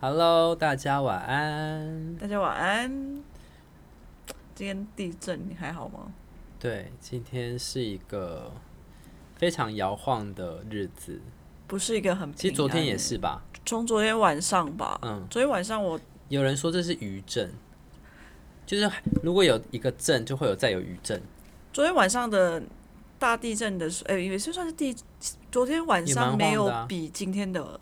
Hello，大家晚安。大家晚安。今天地震，你还好吗？对，今天是一个非常摇晃的日子，不是一个很平安其实昨天也欸，是吧？从昨天晚上吧。嗯，昨天晚上我有人说这是余震，就是如果有一个震，就会有再有余震，昨天晚上的大地震的时候，哎、也是算是地，昨天晚也蛮上晃没有的啊比今天的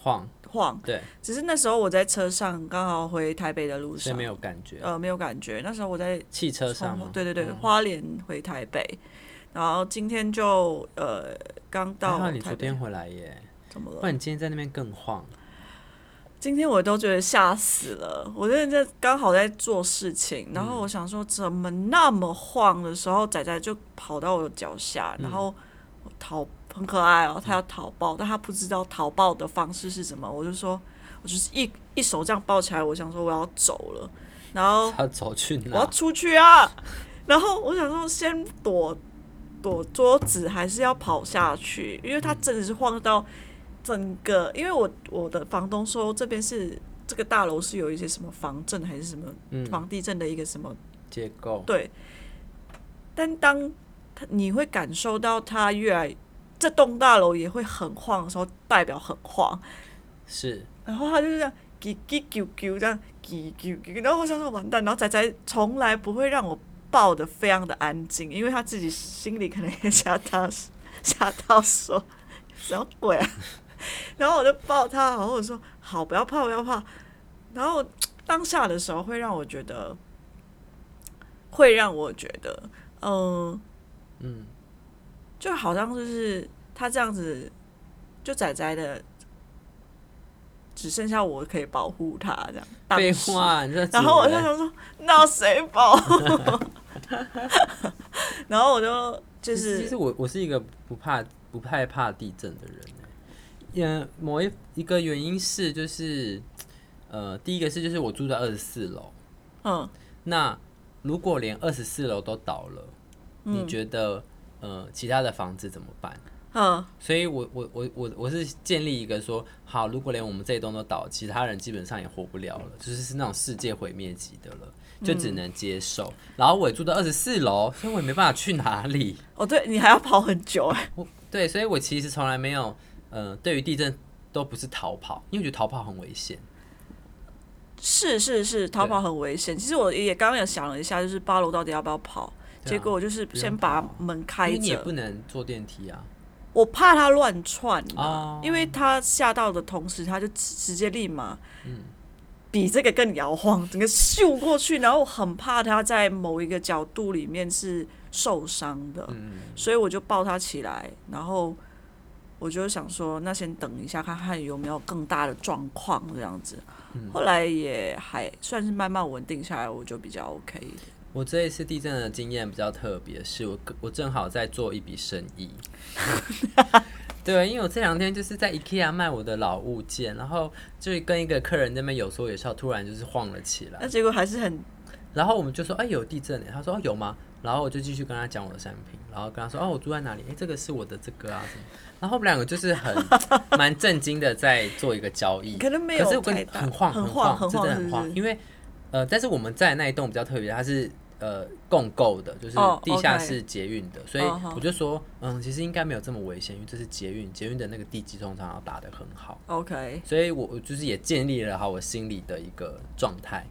晃，晃，对，只是那时候我在车上，刚好回台北的路所以上没，有感觉。呃，没有感觉。那时候我在汽车上吗从？对对对，嗯花莲回台北，然后今天就呃刚还到哎好你台昨北天，回来耶，怎么了不？然你今天在那边更晃。今天我都觉得吓死了，我真的在刚好在做事情，然后我想说怎么那么晃的时候，仔仔就跑到我的脚下，然后我逃很可爱哦，他要逃抱，但他不知道逃抱的方式是什么，我就说我就是一一手这样抱起来，我想说我要走了，然后他走去哦我要哪？出去 啊！然后我想说，先躲躲桌子，还是要跑下去？因为它真的是晃到整个，因为我我的房东说这边是这个大楼是有一些什么防震还是什么嗯，防地震的一个什么结构。对，但当它你会感受到它越来这栋大楼也会很晃的时候，代表很晃，是，然后他就是这样叽叽啾啾这样叽啾啾，然后我想说完蛋，然后仔仔从来不会让我抱的非常的安静，因为他自己心里可能也吓到吓到说什么鬼啊， 然后我就抱他，然后我说好不要怕不要怕，然后当下的时候会让我觉得，会让我觉得，嗯、嗯，就好像就是他这样子，就仔仔的，只剩下我可以保护他这样。当废时。话，你这然后我主就人想说，那谁保 护？然后我就就其是实我我是一个不怕不害怕地震的人欸，嗯，某一一个原因是就是，呃，第一个是就是我住在二十四楼，嗯，那如果连二十四楼都倒了，你觉得呃其他的房子怎么办？嗯所以我我我我我是建立一个说，好，如果连我们这一栋都倒，其他人基本上也活不了了，就是是那种世界毁灭级的了，就只嗯能接受。然后我也住到二十四楼，所以我也没办法去哪里。哦，对你还要跑很久哎、我对，所以我其实从来没有，呃，对于地震都不是逃跑，因为我觉得逃跑很危险。 是是是，逃跑很危险。其实我也刚刚也想了一下，就是八楼到底要不要跑？对啊结果我就是不用先把跑门因开为你也着不，能坐电梯啊。我怕他乱窜啊哦，因为他吓到的同时，他就直直接立马，嗯比这个更摇晃，整个咻过去，然后我很怕他在某一个角度里面是受伤的，嗯，所以我就抱他起来，然后我就想说，那先等一下，看看有没有更大的状况这样子。嗯后来也还算是慢慢稳定下来，我就比较 OK 一点。我这一次地震的经验比较特别，是我我正好在做一笔生意。 对，因为我这两天就是在 IKEA 卖我的老物件，然后就跟一个客人那边有说有笑，突然就是晃了起来那。结果还是很然后我们就说，哎、有地震诶，他说、哦、有吗？然后我就继续跟他讲我的产品，然后跟他说，哦，我住在哪里？哎、这个是我的这个啊什么。然后我们两个就是很蛮震惊的在做一个交易，可能没有可是我跟太你大，很晃很晃，很是真的很晃，晃，因为呃，但是我们在的那一栋比较特别，它是呃共购的，就是哦地下 OK 室捷运的，所以哦好我就说，嗯，其实应该没有这么危险，因为这是捷运，捷运的那个地基通常要打得很好。 OK 所以我我就是也建立了好我心里的一个状态。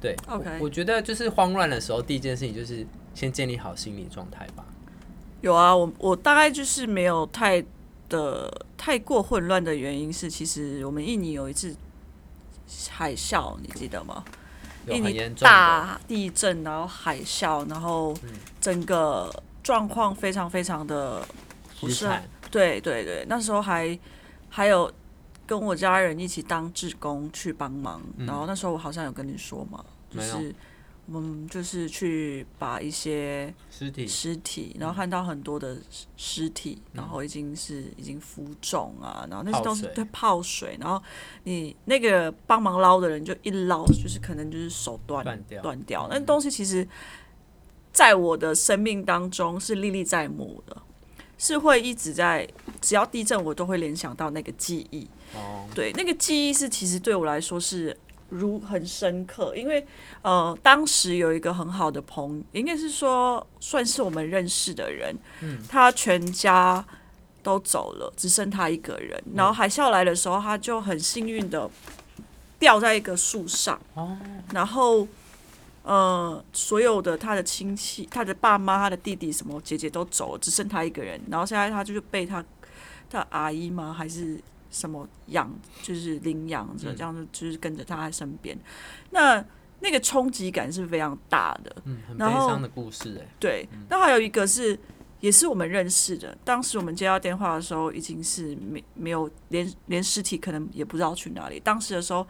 对 OK 我我觉得就是慌乱的时候，第一件事情就是先建立好心理状态吧。有啊，我我大概就是没有太的太过混乱的原因是，其实我们印尼有一次海啸，你记得吗？有印很尼严重的，嗯大地震，然后海啸，然后整个状况非常非常的不资是产对对对，那时候还还有跟我家人一起当志工去帮忙，然后那时候我好像有跟你说嘛，就嗯没有是我们就是去把一些尸体嗯尸体，然后看到很多的尸尸体，然后已经是已经浮肿啊，然后那些泡都是水对泡水，然后你那个帮忙捞的人就一捞，就是可能就是手断断掉嗯断掉，那东西其实在我的生命当中是历历在目的。是会一直在，只要地震我都会联想到那个记忆。哦，对，那个记忆是其实对我来说是如很深刻，因为呃，当时有一个很好的朋应该是说算是我们认识的人，嗯他全家都走了，只剩他一个人。嗯然后海啸来的时候，他就很幸运的吊在一个树上，哦然后。呃，所有的他的亲戚、他的爸妈、他的弟弟、什么姐姐都走了，只剩他一个人。然后现在他就是被他他阿姨吗？还是什么养，就是领养着，嗯这样子就是跟着他在身边。那那个冲击感是非常大的，嗯，很悲然后伤的故事哎，对。那还有一个是，也是我们认识的，当时我们接到电话的时候，已经是没没有连连尸体可能也不知道去哪里。当时的时候。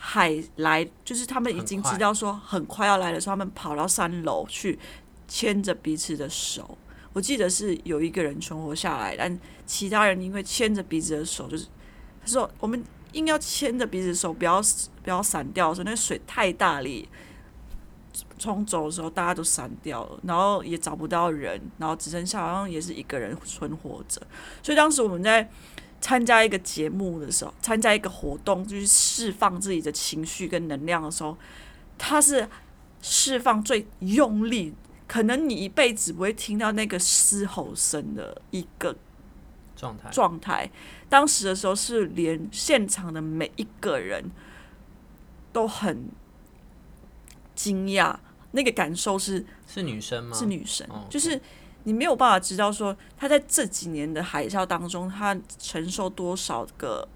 海来，就是他们已经很快知道说很快要来的时候，他们跑到三楼去牵着彼此的手。我记得是有一个人存活下来，但其他人因为牵着彼此的手，就是他说我们硬要牵着彼此的手，不要不要散掉的时候，那水太大力，冲走的时候大家都散掉了，然后也找不到人，然后只剩下好像也是一个人存活着。所以当时我们在参加一个节目的时候，参加一个活动，就是释放自己的情绪跟能量的时候，它是释放最用力，可能你一辈子不会听到那个嘶吼声的一个状态，状态。当时的时候是连现场的每一个人都很惊讶，那个感受是是女生吗？是女神，哦就是你没有办法知道说她在这几年的海啸当中，她承受多少个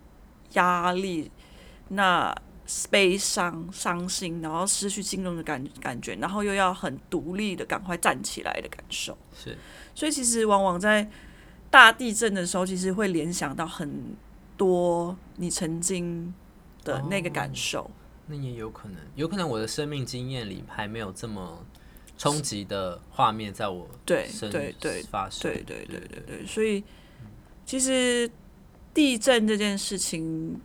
压力，那悲伤、伤心，然后失去金融的感感觉，然后又要很独立的赶快站起来的感受。是所以其实往往在大地震的时候，其实会联想到很多你曾经的哦那个感受。那也有可能，有可能我的生命经验里还没有这么冲击的画面在我对身对对发生，对对对对对，所以其实地震这件事情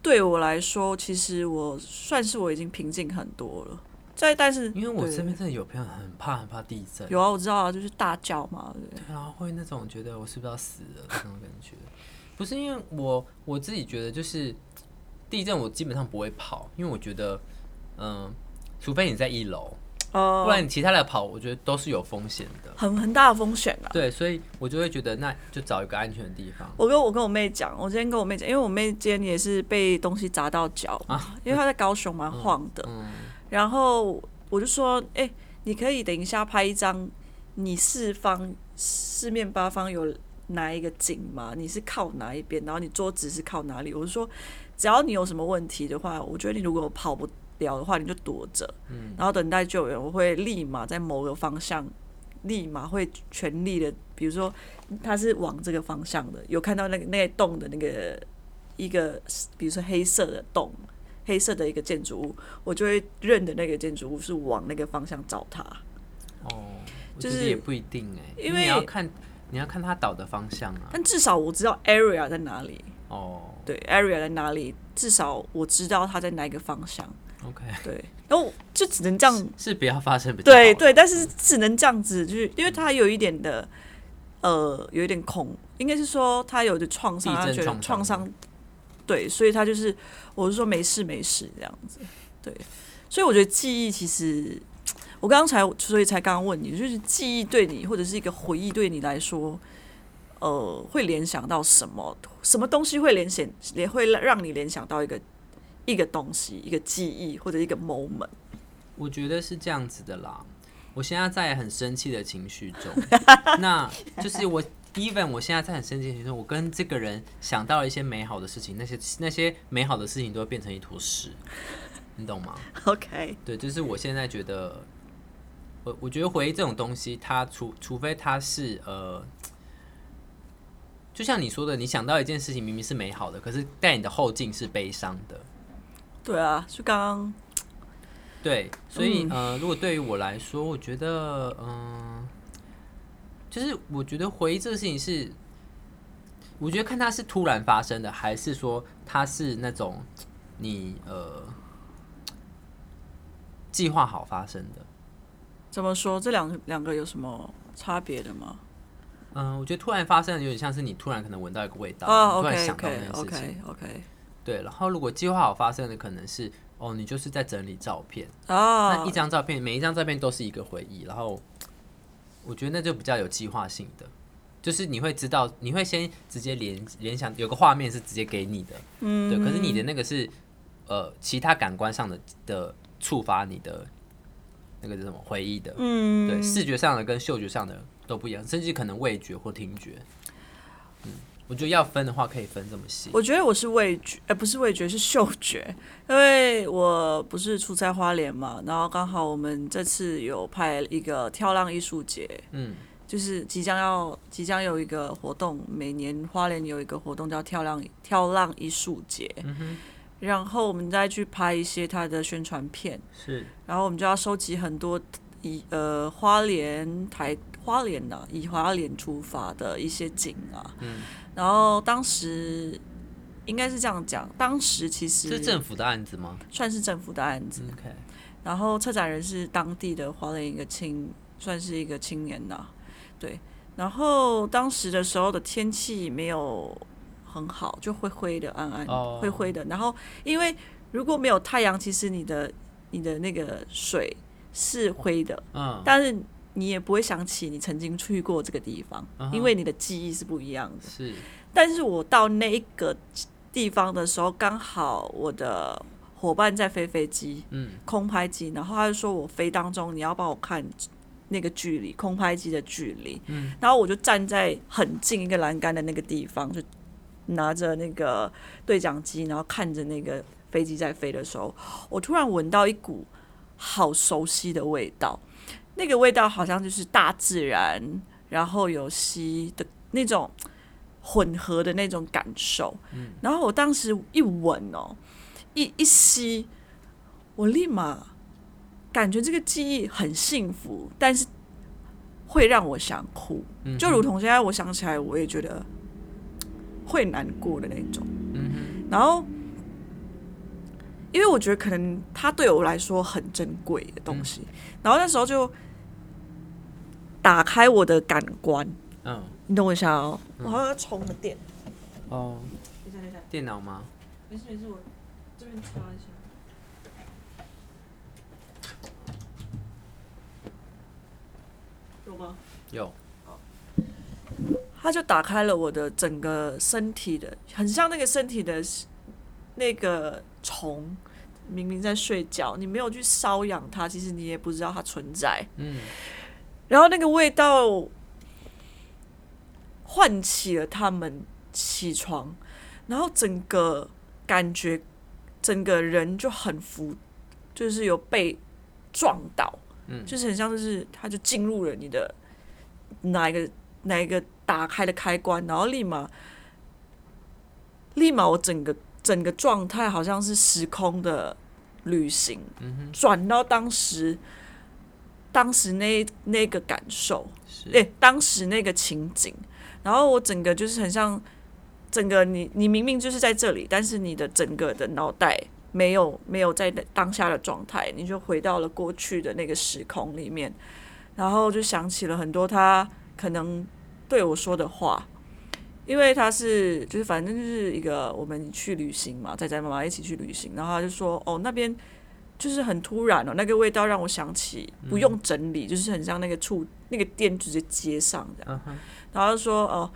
对我来说，其实我算是我已经平静很多了。在但是因为我对身边真的有朋友很怕很怕地震，有啊，我知道啊，就是大叫嘛，对不对对然后会那种觉得我是不是要死了那种感觉。不是因为我我自己觉得，就是地震我基本上不会跑，因为我觉得，嗯，除非你在一楼，哦、不然你其他的跑，我觉得都是有风险的。很很大的风险啊。对，所以我就会觉得，那就找一个安全的地方。我跟我跟我妹讲，我今天跟我妹讲，因为我妹今天也是被东西砸到脚嘛，因为她在高雄蛮晃的，啊嗯，然后我就说，哎、你可以等一下拍一张你四方四面八方有哪一个景吗？你是靠哪一边？然后你桌子是靠哪里？我就说，只要你有什么问题的话，我觉得你如果跑不了的话，你就躲着，嗯然后等待救援。我会立马在某个方向，立马会全力的，比如说它是往这个方向的，有看到那个那个洞的那个一个，比如说黑色的洞。黑色的一个建筑物，我就会认得那个建筑物是往那个方向找它。哦，我就觉得是也不一定哎、因因你要为看你要看它倒的方向啊。但至少我知道 area 在哪里，哦对 area 在哪里，至少我知道它在哪一个方向。 ，OK，对，然后就只能这样，是不要发生比较好对啦。对，但是只能这样子，就是因为它有一点的，呃，有一点恐，应该是说他有的创伤，地他震觉得创创伤伤，对，所以他就是我是说没事没事这样子，对，所以我觉得记忆其实。我刚刚才，所以才刚刚问你，就是记忆对你，或者是一个回忆对你来说，呃，会联想到什么？什么东西会联想，也会让你联想到一个一个东西、一个记忆或者一个 moment？ 我觉得是这样子的啦。我现在在很生气的情绪中，那就是我，even 我现在在很生气的情绪中，我跟这个人想到了一些美好的事情，那些那些美好的事情都会变成一坨屎，你懂吗？ OK，对，就是我现在觉得，我我觉得回忆这种东西，它除除非它是呃，就像你说的，你想到一件事情明明是美好的，可是在你的后劲是悲伤的，对啊，就刚刚对，所嗯以、呃，如果对于我来说，我觉得嗯、就是我觉得回忆这个事情是，我觉得看它是突然发生的，还是说它是那种你呃计划好发生的。怎么说这两两个有什么差别的吗？嗯，我觉得突然发生有点像是你突然可能闻到一个味道，你哦突然，OK 想到那 OK 件事情。 OK OK，对，然后如果计划好发生的可能是哦，你就是在整理照片，那哦一，张照片每一张照片都是一个回忆，然后我觉得那就比较有计划性的，就是你会知道，你会先直接联联想有个画面是直接给你的，嗯，对，可是你的那个是呃其他感官上的的触发你的那个叫什么回忆的，嗯，对，视觉上的跟嗅觉上的都不一样，甚至可能味觉或听觉，嗯，我觉得要分的话可以分这么细，我觉得我是味觉，哎、不是味觉，是嗅觉，因为我不是出差花莲嘛，然后刚好我们这次有拍一个跳浪艺术节，嗯就是即将要即将有一个活动，每年花莲有一个活动叫跳浪跳浪艺术节，嗯哼，然后我们再去拍一些它的宣传片，是然后我们就要收集很多以呃花莲台花莲呐、以花莲出发的一些景啊，嗯然后当时应该是这样讲，当时其是实政府的案子吗算是政府的案子， ？OK，然后策展人是当地的华人一个青，算是一个青年呐、对。然后当时的时候的天气没有很好，就灰灰的、暗暗、哦灰灰的。然后因为如果没有太阳，其实你的你的那个水是灰的，嗯，但是你也不会想起你曾经去过这个地方，嗯哼因为你的记忆是不一样的。是但是我到那一个地方的时候，刚好我的伙伴在飞飞机，嗯空拍机，然后他就说我飞当中你要帮我看那个距离，空拍机的距离，嗯然后我就站在很近一个栏杆的那个地方，就拿着那个对讲机，然后看着那个飞机在飞的时候，我突然闻到一股好熟悉的味道，那个味道好像就是大自然，然后有吸的那种混合的那种感受。嗯然后我当时一闻哦，一一吸，我立马感觉这个记忆很幸福，但是会让我想哭，嗯哼，就如同现在我想起来，我也觉得会难过的那种。嗯然后，因为我觉得可能它对我来说很珍贵的东西，嗯然后那时候就打开我的感官，哼嗯你等我一下哦，我好像要充个电。哦，等一下，等一下，电脑吗？没事没事，我这边插一下。有吗？有，它就打开了我的整个身体的，很像那个身体的那个虫，明明在睡觉，你没有去瘙痒它，其实你也不知道它存在。嗯然后那个味道唤起了他们起床，然后整个感觉，整个人就很浮，就是有被撞倒，嗯就是很像就是它就进入了你的哪一个哪一个打开的开关，然后立马立马我整个整个状态好像是时空的旅行，嗯哼，转到当时当时那那个感受，是，对、当时那个情景，然后我整个就是很像，整个你你明明就是在这里，但是你的整个的脑袋没有没有在当下的状态，你就回到了过去的那个时空里面，然后就想起了很多他可能对我说的话。因为他是，就是反正就是一个我们去旅行嘛，仔仔妈妈一起去旅行，然后他就说，哦那边就是很突然哦，那个味道让我想起嗯不用整理，就是很像那个触那个电直接接上这样。嗯哼，然后就说哦，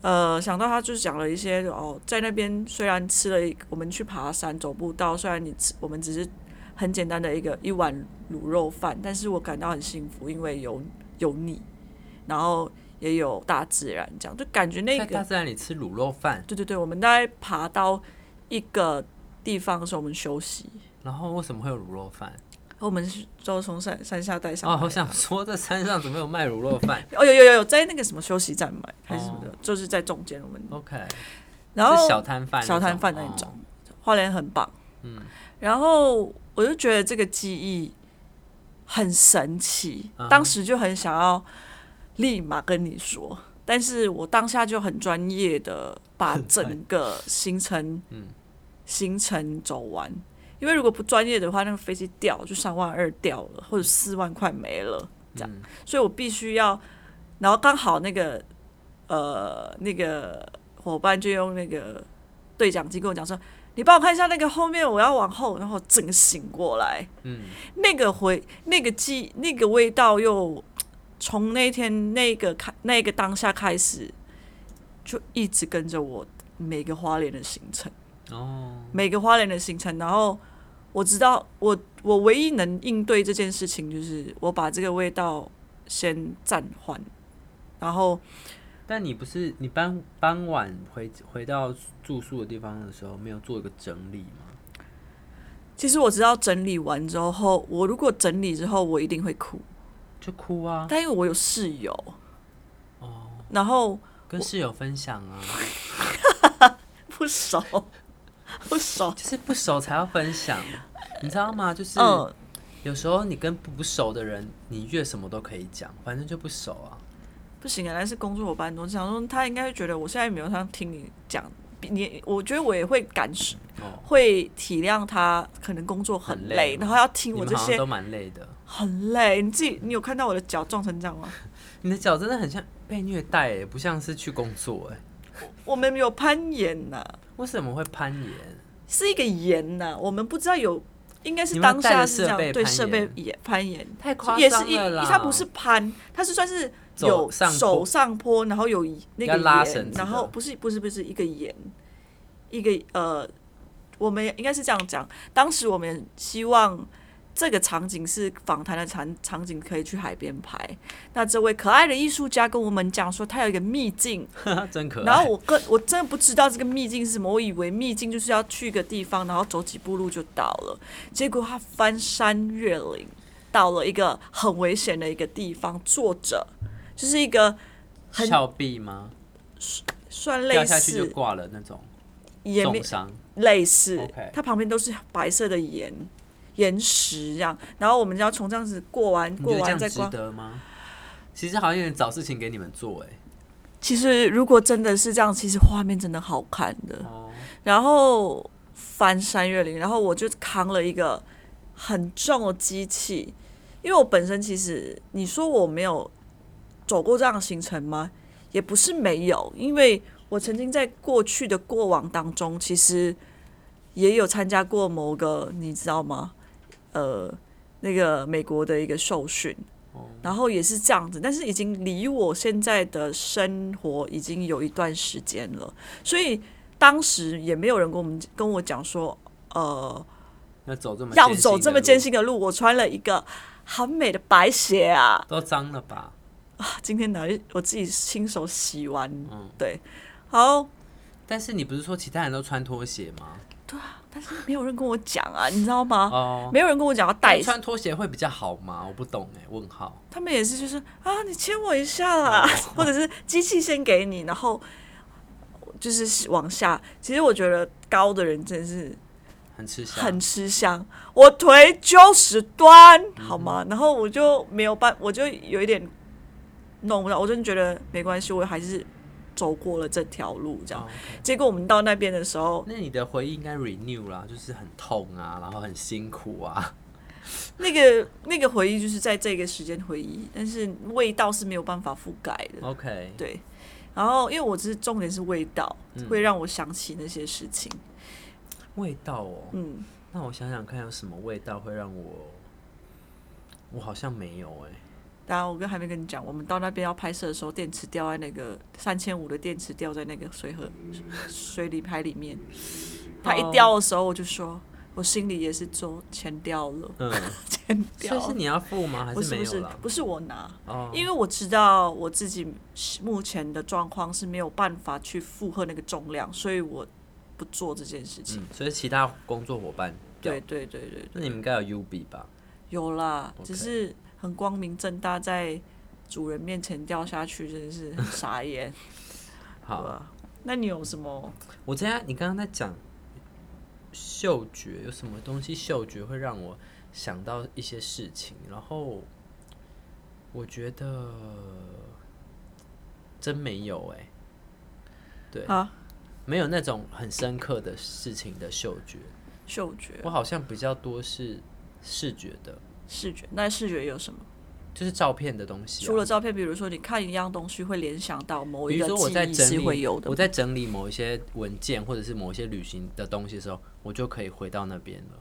呃，想到他就是讲了一些哦，在那边虽然吃了一，我们去爬山走步道，虽然你吃我们只是很简单的一个一碗卤肉饭，但是我感到很幸福，因为有有你，然后也有大自然，这样就感觉那在大个自然里吃卤肉饭，对对对，我们大概爬到一个地方的时候，我们休息。然后为什么会有卤肉饭？哦我们是就从山山下带上哦，来的我想说这山上怎么有卖卤肉饭哦，有有有有在那个什么休息站买还是什么的，哦就是在中间我们， ？OK，然后是小摊贩那种，哦小摊贩那哦一种，花莲很棒。嗯然后我就觉得这个记忆很神奇嗯哼，当时就很想要立马跟你说，但是我当下就很专业的把整个行程 嗯行程走完，因为如果不专业的话，那个飞机掉就三万二掉了，或者四万块没了。这嗯所以我必须要然后刚好那个呃那个伙伴就用那个对讲机跟我讲说：“你帮我看一下那个后面，我要往后。”然后我整个醒过来，嗯，那个回那个记那个味道又从那天那个开那个当下开始，就一直跟着我每个花莲的行程。哦，每个花莲的行程，然后我知道我我唯一能应对这件事情，就是我把这个味道先暂缓，然后但你不是你傍傍晚回回到住宿的地方的时候，没有做一个整理吗？其实我知道整理完之后，我如果整理之后，我一定会哭，就哭啊，但因为我有室友，哦，然后跟室友分享啊，不熟，不熟，就是不熟才要分 享，你知道吗？就是嗯，有时候你跟不熟的人，你越什么都可以讲，反正就不熟啊。不行啊，那是工作伙伴，我想说他应该会觉得我现在没有想听你讲，你我觉得我也会感受。哦，会体谅他，可能工作很很累，累然后要你听我们这好像些都蛮累的，很累，你自己你有看到我的脚撞成这样吗？你的脚真的很像被虐待、欸，不像是去工作哎、我们没有攀岩呐、为什么会攀岩？ 是一个岩呐、我们不知道有，应该是你们当下带着是这样设备对攀设备岩也攀岩，太夸也是张一，了啦！它不是攀，它是算是走有上坡手上坡，然后有那个要拉岩绳，子然后的不是不是不是一个岩，一个呃，我们应该是这样讲，当时我们希望。这个场景是访谈的场场景，可以去海边拍。那这位可爱的艺术家跟我们讲说，他有一个秘境，真可爱。然后我跟我真的不知道这个秘境是什么，我以为秘境就是要去一个地方，然后走几步路就到了。结果他翻山越岭，到了一个很危险的一个地方，坐着就是一个很峭壁吗？算掉类下去就似挂了那种岩重伤。类似 OK 它旁边都是白色的岩岩石这样。然后我们要从这样子过完你觉过得这完样再过值。得吗？其实好像有点找事情给你们做哎、其实如果真的是这样，其实画面真的好看的。哦，然后翻山越岭，然后我就扛了一个很重的机器，因为我本身其实你说我没有走过这样的行程吗？也不是没有，因为我曾经在过去的过往当中，其实也有参加过某个，你知道吗？呃，那个美国的一个受训哦，然后也是这样子，但是已经离我现在的生活已经有一段时间了，所以当时也没有人跟我们跟我讲说，呃，要走这么要艰辛走的这么艰路，辛的路，我穿了一个很美的白鞋啊，都脏了吧？今天拿去我自己亲手洗完，嗯对，好，但是你不是说其他人都穿拖鞋吗？但是没有人跟我讲啊，你知道吗？哦，没有人跟我讲要带但，穿拖鞋会比较好吗？我不懂哎、问号。他们也是就是啊，你牵我一下啦，哦 或者是机器先给你，然后就是往下。其实我觉得高的人真是很吃香，很吃香，我腿九十端，好嗯吗？然后我就没有办，我就有一点弄不到，我真的觉得没关系，我还是走过了这条路这哦样。，OK 结果我们到那边的时候，那你的回忆应该 renew 啦，就是很痛啊，然后很辛苦啊。那个那个回忆就是在这个时间回忆，但是味道是没有办法覆盖的。 OK，对，然后因为我只是重点是味道，嗯会让我想起那些事情。 味道哦，嗯，那我想想看有什么味道会让我，我好像没有哎、当然我跟还没跟你讲，我们到那边要拍摄的时候，电池掉在那个三千五的电池掉在那个水河水里海里面，它一哦掉的时候，我就说，我心里也是说钱掉了， 嗯，钱所掉以是了。你要付吗？还不是没不有是啦？不是我拿，哦，因为我知道我自己目前的状况是没有办法去负荷那个重量，所以我不做这件事情。嗯，所以其他工作伙伴掉对，对对对那你们应该有 UB 吧？有啦， OK 只是很光明正大在主人面前掉下去，真的是很傻眼。 好，对吧那你有什么？我今天你刚刚在讲嗅觉，有什么东西嗅觉会让我想到一些事情，然后我觉得真没有哎、对啊，没有那种很深刻的事情的嗅觉，嗅觉、我好像比较多是视觉的，视觉，那视觉有什么？就是照片的东西啊、除了照片，比如说你看一样东西会联想到某比一如个说我在记忆是整会理有的我吗。在整理某一些文件或者是某一些旅行的东西的时候，我就可以回到那边了。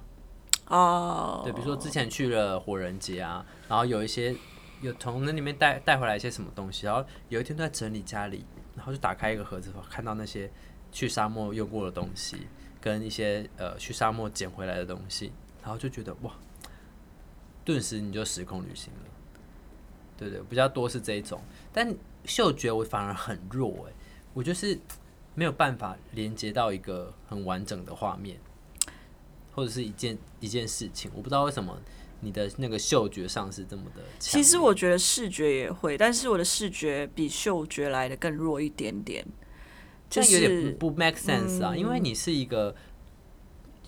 哦，对，比如说之前去了火人节啊，然后有一些有从那里面带带回来一些什么东西，然后有一天都在整理家里，然后就打开一个盒子，看到那些去沙漠用过的东西，跟一些呃去沙漠捡回来的东西，然后就觉得哇，顿时你就时空旅行了。对对，比较多是这一种，但嗅觉我反而很弱哎、我就是没有办法连接到一个很完整的画面。或者是一件一件事情，我不知道为什么你的那个嗅觉上是这么的强烈。其实我觉得视觉也会，但是我的视觉比嗅觉来的更弱一点点。就但有是嗯点不不 make sense 啊，因为你是一个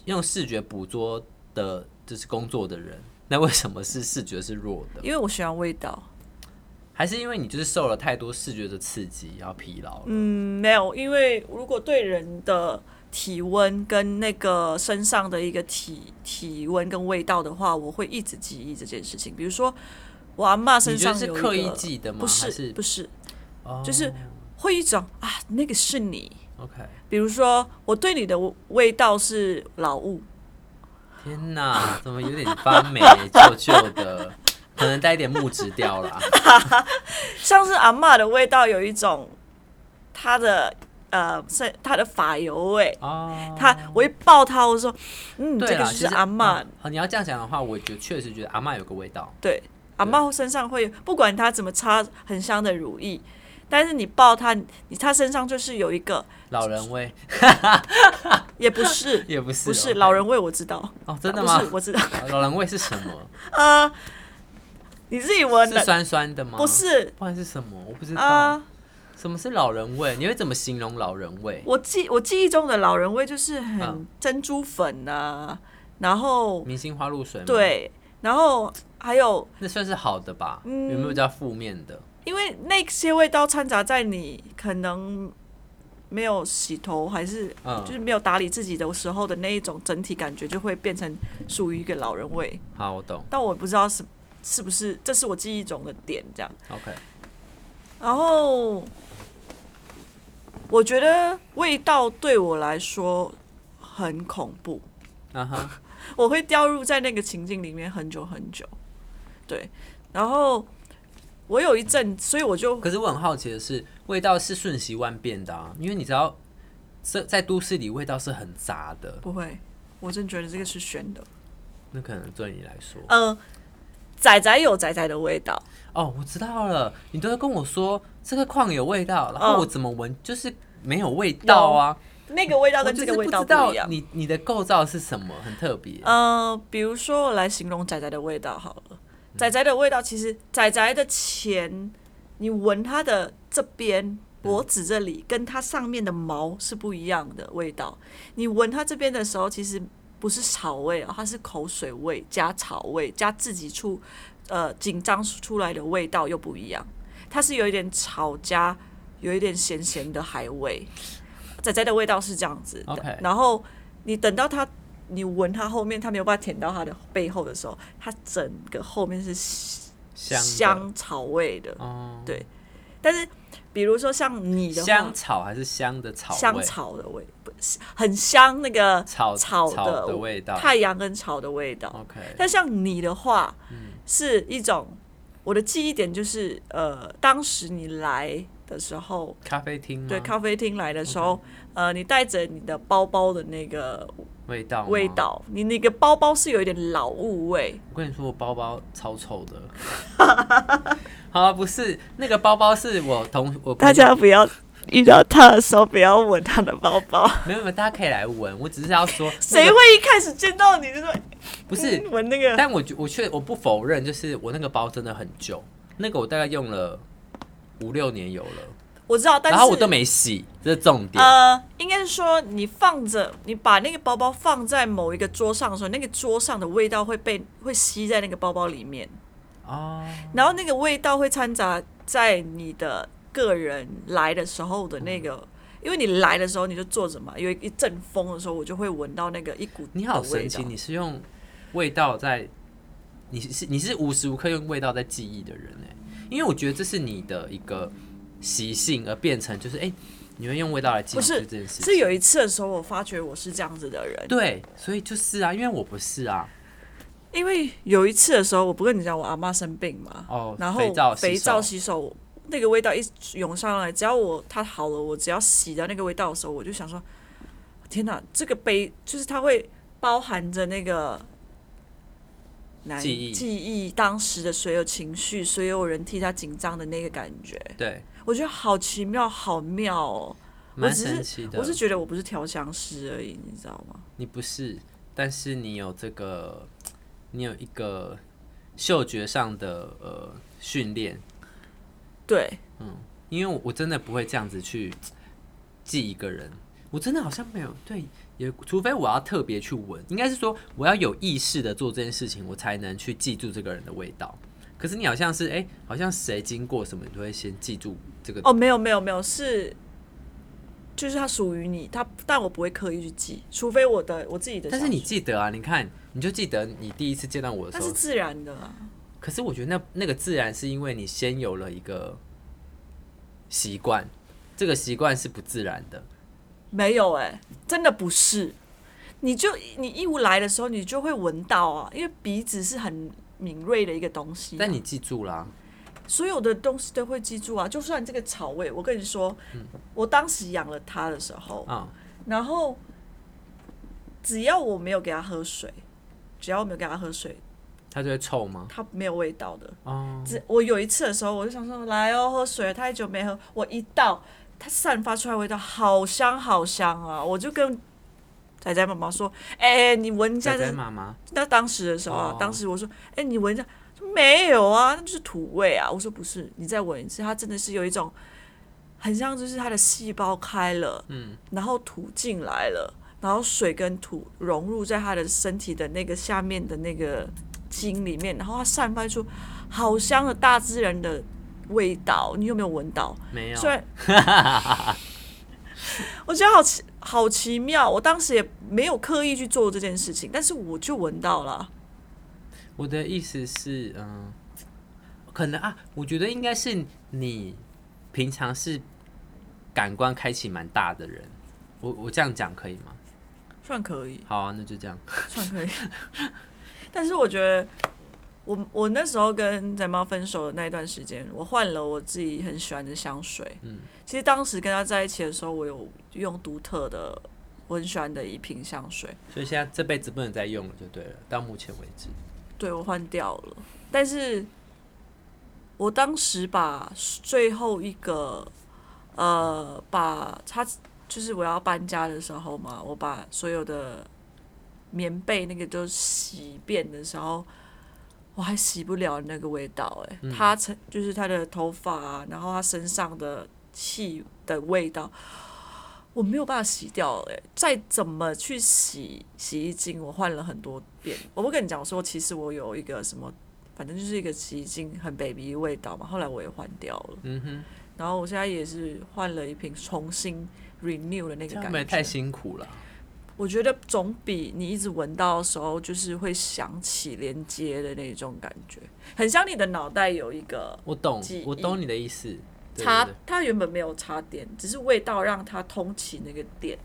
用视觉捕捉的，就是工作的人，那为什么是视觉是弱的？因为我喜欢味道，还是因为你就是受了太多视觉的刺激，然后疲劳了？嗯，没有，因为如果对人的体温跟那个身上的一个体体温跟味道的话，我会一直记忆这件事情。比如说我阿嬷身你觉上得是有一刻意个记的吗？不还是是不是，哦嗯就是会一种啊，那个是你。 OK？比如说我对你的味道是老物，天哪，怎么有点发霉，旧旧的，可能带一点木质调 啦。像是阿嬷的味道有一种她的呃是她的发油味。哦，她我一抱她，我说嗯，对这个啦，就其是实阿嬷。嗯好，你要这样讲的话，我觉得确实觉得阿嬷有个味道。对，阿妈身上会有不管她怎么擦很香的乳液，但是你抱她，你她身上就是有一个，老人味，也不是 也不是，不是 OK 老人味，我知道，啊哦，真的不吗？哦是我知道，老人味是什么？呃，你自己闻是的，酸酸的吗？不，是不然是什么？我不知啊、道。什么是老人味？你会怎么形容老人味？我记我记忆中的老人味就是嗯很珍珠粉啊，然后明星花露水吗？，对，然后还有那算是好的吧？嗯有没有比较负面的？因为那些味道掺杂在你可能没有洗头，还是嗯就是没有打理自己的时候的那一种整体感觉，就会变成属于一个老人味。好，我懂。但我不知道是是不是这是我记忆中的点这样。 OK，然后我觉得味道对我来说很恐怖，啊哈，我会掉入在那个情境里面很久很久。对，然后我有一阵，所以我就可是我很好奇的是，味道是瞬息万变的啊，因为你知道，这在都市里味道是很杂的，不会，我真觉得这个是选的。那可能对你来说，嗯，仔仔有仔仔的味道，哦，我知道了，你都会跟我说这个矿有味道，然后嗯我怎么闻、就是没有味道啊，那个味道我跟就是这个味道不知道一样。你你的构造是什么，很特别。呃，比如说我来形容仔仔的味道好了，仔仔的味道其实仔仔的前，你闻它的这边脖子这里跟它上面的毛是不一样的味道。你闻它这边的时候，其实不是草味啊，它是口水味加草味加自己出呃紧张出来的味道又不一样，它是有一点草加有一点咸咸的海味。仔仔的味道是这样子的 OK 然后你等到它你闻它后面，它没有办法舔到它的背后的时候，它整个后面是香的香草味的。哦，对但是比如说像你的话香草还是香的草味，香草的味，不是很香那个草草草的味道。太阳跟草的味道。 OK，但像你的话，是一种我的记忆点就是，呃，当时你来的时候，咖啡厅吗对咖啡厅来的时候，呃，你带着你的包包的那个味道吗味。道，你那个包包是有一点老物味，我跟你说，我包包超臭的。 好、啊，不是那个包包是我同我朋大友家不要遇到他的时候不要闻他的包包，没有没有，大家可以来闻。我只是要 说，谁那个会一开始见到你就说不是嗯闻那个？但我觉我确我不否认，就是我那个包真的很旧，那个我大概用了五六年有了，我知道，但是然后我都没洗，这是重点。呃，应该是说你放着，你把那个包包放在某一个桌上的时候，那个桌上的味道会被会吸在那个包包里面，哦，然后那个味道会掺杂在你的个人来的时候的那个。因为你来的时候你就坐着嘛，有一阵风的时候，我就会闻到那个一股你好的神味道奇，你是用味道在，你是你是无时无刻用味道在记忆的人哎、因为我觉得这是你的一个习性，而变成就是哎、你会用味道来记不住是这件事情。是有一次的时候，我发觉我是这样子的人，对，所以就是啊，因为我不是啊，因为有一次的时候，我不跟你讲我阿妈生病嘛，哦，然后肥皂洗肥手皂洗手那个味道一涌上来，只要我它好了，我只要洗掉那个味道的时候，我就想说，天哪，这个杯就是它会包含着那个。难记忆记忆当时的所有情绪，所有人替他紧张的那个感觉，对，我觉得好奇妙，好妙哦！蛮只神是奇的。我是觉得我不是调香师而已，你知道吗？你不是，但是你有这个，你有一个嗅觉上的呃训练，对，因为我我真的不会这样子去记一个人，我真的好像没有对，也除非我要特别去闻，应该是说我要有意识的做这件事情，我才能去记住这个人的味道。可是你好像是哎、好像谁经过什么，你都会先记住这个哦，没有没有没有，是就是它属于你，它但我不会刻意去记，除非我的我自己的想但法。是你记得啊，你看，你就记得你第一次见到我的那时是候。自然的啊，可是我觉得那那个自然是因为你先有了一个习惯，这个习惯是不自然的。没有哎、真的不是。你就你一无来的时候，你就会闻到啊，因为鼻子是很敏锐的一个东西啊、但你记住啦、所有的东西都会记住啊，就算这个草味，我跟你说，嗯我当时养了它的时候，啊、然后只要我没有给它喝水，只要我没有给它喝水，它就会臭吗？它没有味道的。哦，只我有一次的时候，我就想说来哦，喝水，太久没喝，我一倒，它散发出来的味道好香好香啊！我就跟仔仔妈妈说，哎、你闻一下仔这仔。妈妈，那当时的时候啊，哦当时我说，哎、你闻一下，说没有啊，那就是土味啊。我说不是，你再闻一次，它真的是有一种很像就是它的细胞开了，嗯，然后土进来了，然后水跟土融入在它的身体的那个下面的那个茎里面，然后它散发出好香的大自然的味道。你有没有闻到？没有虽，然我觉得好奇好奇妙，我当时也没有刻意去做这件事情，但是我就闻到了。我的意思是，嗯，可能啊，我觉得应该是你平常是感官开启蛮大的人。我我这样讲可以吗？算可以，好啊，那就这样。算可以。 但是我觉得我，我那时候跟仔猫分手的那一段时间，我换了我自己很喜欢的香水。嗯，其实当时跟他在一起的时候，我有用独特的我很喜欢的一瓶香水，所以现在这辈子不能再用了，就对了。到目前为止，对我换掉了。但是我当时把最后一个，呃，把它就是我要搬家的时候嘛，我把所有的棉被那个都洗遍的时候，我还洗不了那个味道、欸，哎、嗯它成就是它的头发、啊，然后它身上的气的味道。我没有办法洗掉哎、欸再怎么去洗洗衣精，我换了很多遍。我不跟你讲说，其实我有一个什么，反正就是一个洗衣精很 baby 的味道嘛。后来我也换掉了，嗯哼，然后我现在也是换了一瓶，重新 renew 的那这个样感会不会觉。太辛苦了？我觉得总比你一直闻到的时候，就是会想起连接的那种感觉，很像你的脑袋有一个我懂记，我忆懂你的意思。对插对对，它原本没有插电，只是味道让它通起那个电。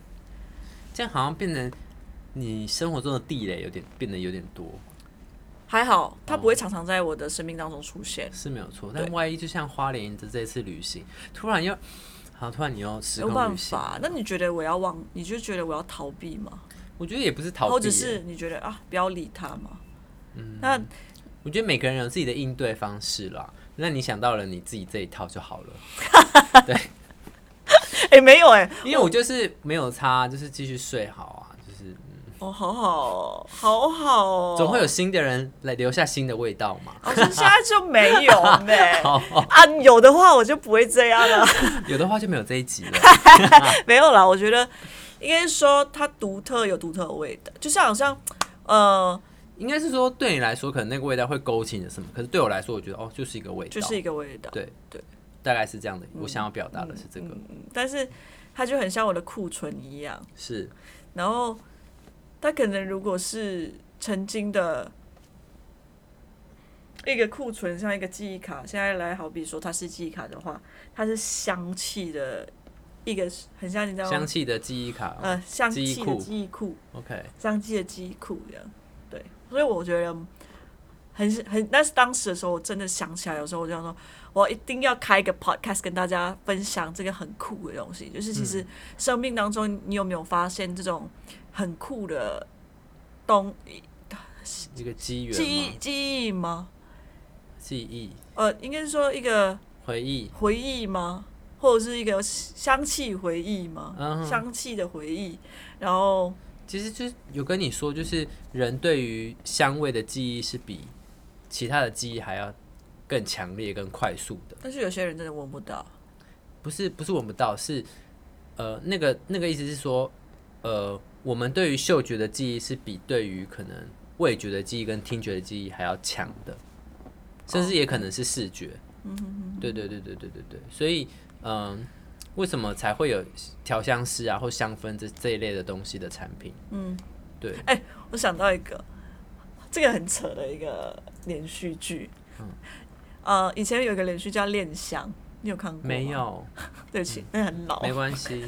这样好像变成你生活中的地雷有点变得有点多，还好，它不会常常在我的生命当中出现。是没有错。对但万一就像花莲的这次旅行，突然又好，突然你又时没有空办旅行，法，那你觉得我要忘？你就觉得我要逃避吗？我觉得也不是逃避耶，或者是你觉得啊，不要理他吗？嗯，那我觉得每个人有自己的应对方式啦。那你想到了你自己这一套就好了，哎、没有哎、因为我就是没有差，就是继续睡好啊，就是哦，好好哦，好好哦，总会有新的人来留下新的味道嘛。。哦，现在就没有呗 好，啊，有的话我就不会这样了。 有的话就没有这一集了。没有啦，我觉得应该说它独特有独特的味道，就像好像呃，应该是说对你来说，可能那个味道会勾起你的什么，可是对我来说，我觉得哦，就是一个味道，就是一个味道。对对，大概是这样的。我想要表达的是这个，嗯但是它就很像我的库存一样。是然后他可能如果是曾经的一个库存像一个记忆卡，现在来好比说它是记忆卡的话，它是香气的一个，很像你知道香吗？气的记忆卡、呃，香记忆气的库记忆库， o k 香气的记忆库这样。对，所以我觉得很很，但是当时的时候，我真的想起来，有时候我就想说，我一定要开一个 podcast 跟大家分享这个很酷的东西。就是其实生命当中，你有没有发现这种很酷的东一个机缘记忆嘛，记忆吗？记忆、呃，应该是说一个。回忆，回忆吗？或者是一个香气回忆吗？嗯哼香气的回忆，然后其实就是有跟你说，就是人对于香味的记忆是比其他的记忆还要更强烈、更快速的。但是有些人真的闻不到，不是不是闻不到，是呃那个那个意思是说，呃，我们对于嗅觉的记忆是比对于可能味觉的记忆跟听觉的记忆还要强的，甚至也可能是视觉。嗯对对对对对对对，所以嗯、为什么才会有调香师啊或香氛这这一类的东西的产品？嗯，对，我想到一个，这个很扯的一个连续剧，嗯呃，以前有一个连续叫《恋香》，你有看过？没，有，嗯对不起，那很老。没关 系，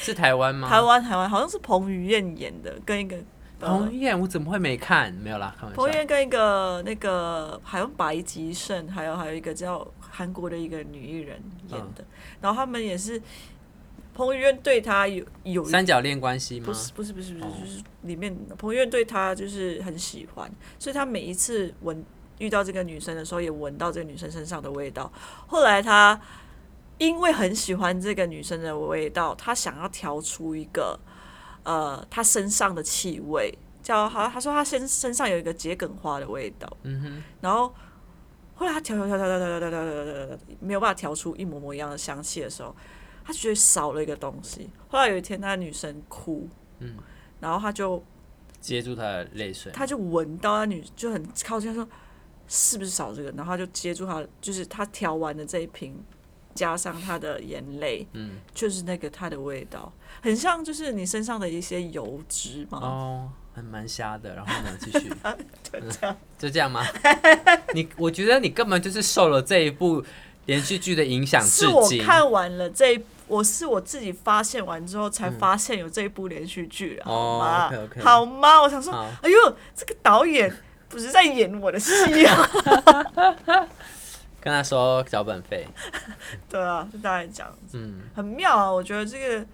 是台湾吗？哦台湾，台湾好像是彭于晏演的，跟一个呃彭于晏，我哦怎么会没看？没有啦，开玩彭于笑。晏跟一个那个好像白吉胜，还有还有一个叫韩国的一个女艺人演嗯的，然后他们也是彭于晏对她有有一三角恋关系吗不？是不是不是不是，哦就是里面彭于晏对她就是很喜欢，所以他每一次闻遇到这个女生的时候，也闻到这个女生身上的味道。后来他因为很喜欢这个女生的味道，他想要调出一个呃她身上的气味，叫好，他说他身身上有一个桔梗花的味道，嗯哼，然后后来他调调调调调调调调调调调，没有办法调出一模模一样的香气的时候，他觉得少了一个东西。后来有一天，那女生哭，嗯，然后他就接住他的泪水。他就闻到那女就很靠近，他说是不是少这个？然后他就接住他，就是他调完的这一瓶，加上他的眼泪，嗯，就是那个他的味道，很像就是你身上的一些油脂嘛。哦，还蛮瞎的。然后呢，继 续就这样，就这样吗？你我觉得你根本就是受了这一部连续剧的影响至是我今。看完了这一，我是我自己发现完之后才发现有这一部连续剧了，好嗯哦吗 OK，OK 好吗？我想说好，哎呦，这个导演不是在演我的戏啊！跟他说脚本费，对啊，就大概这样子，嗯，很妙啊！我觉得这个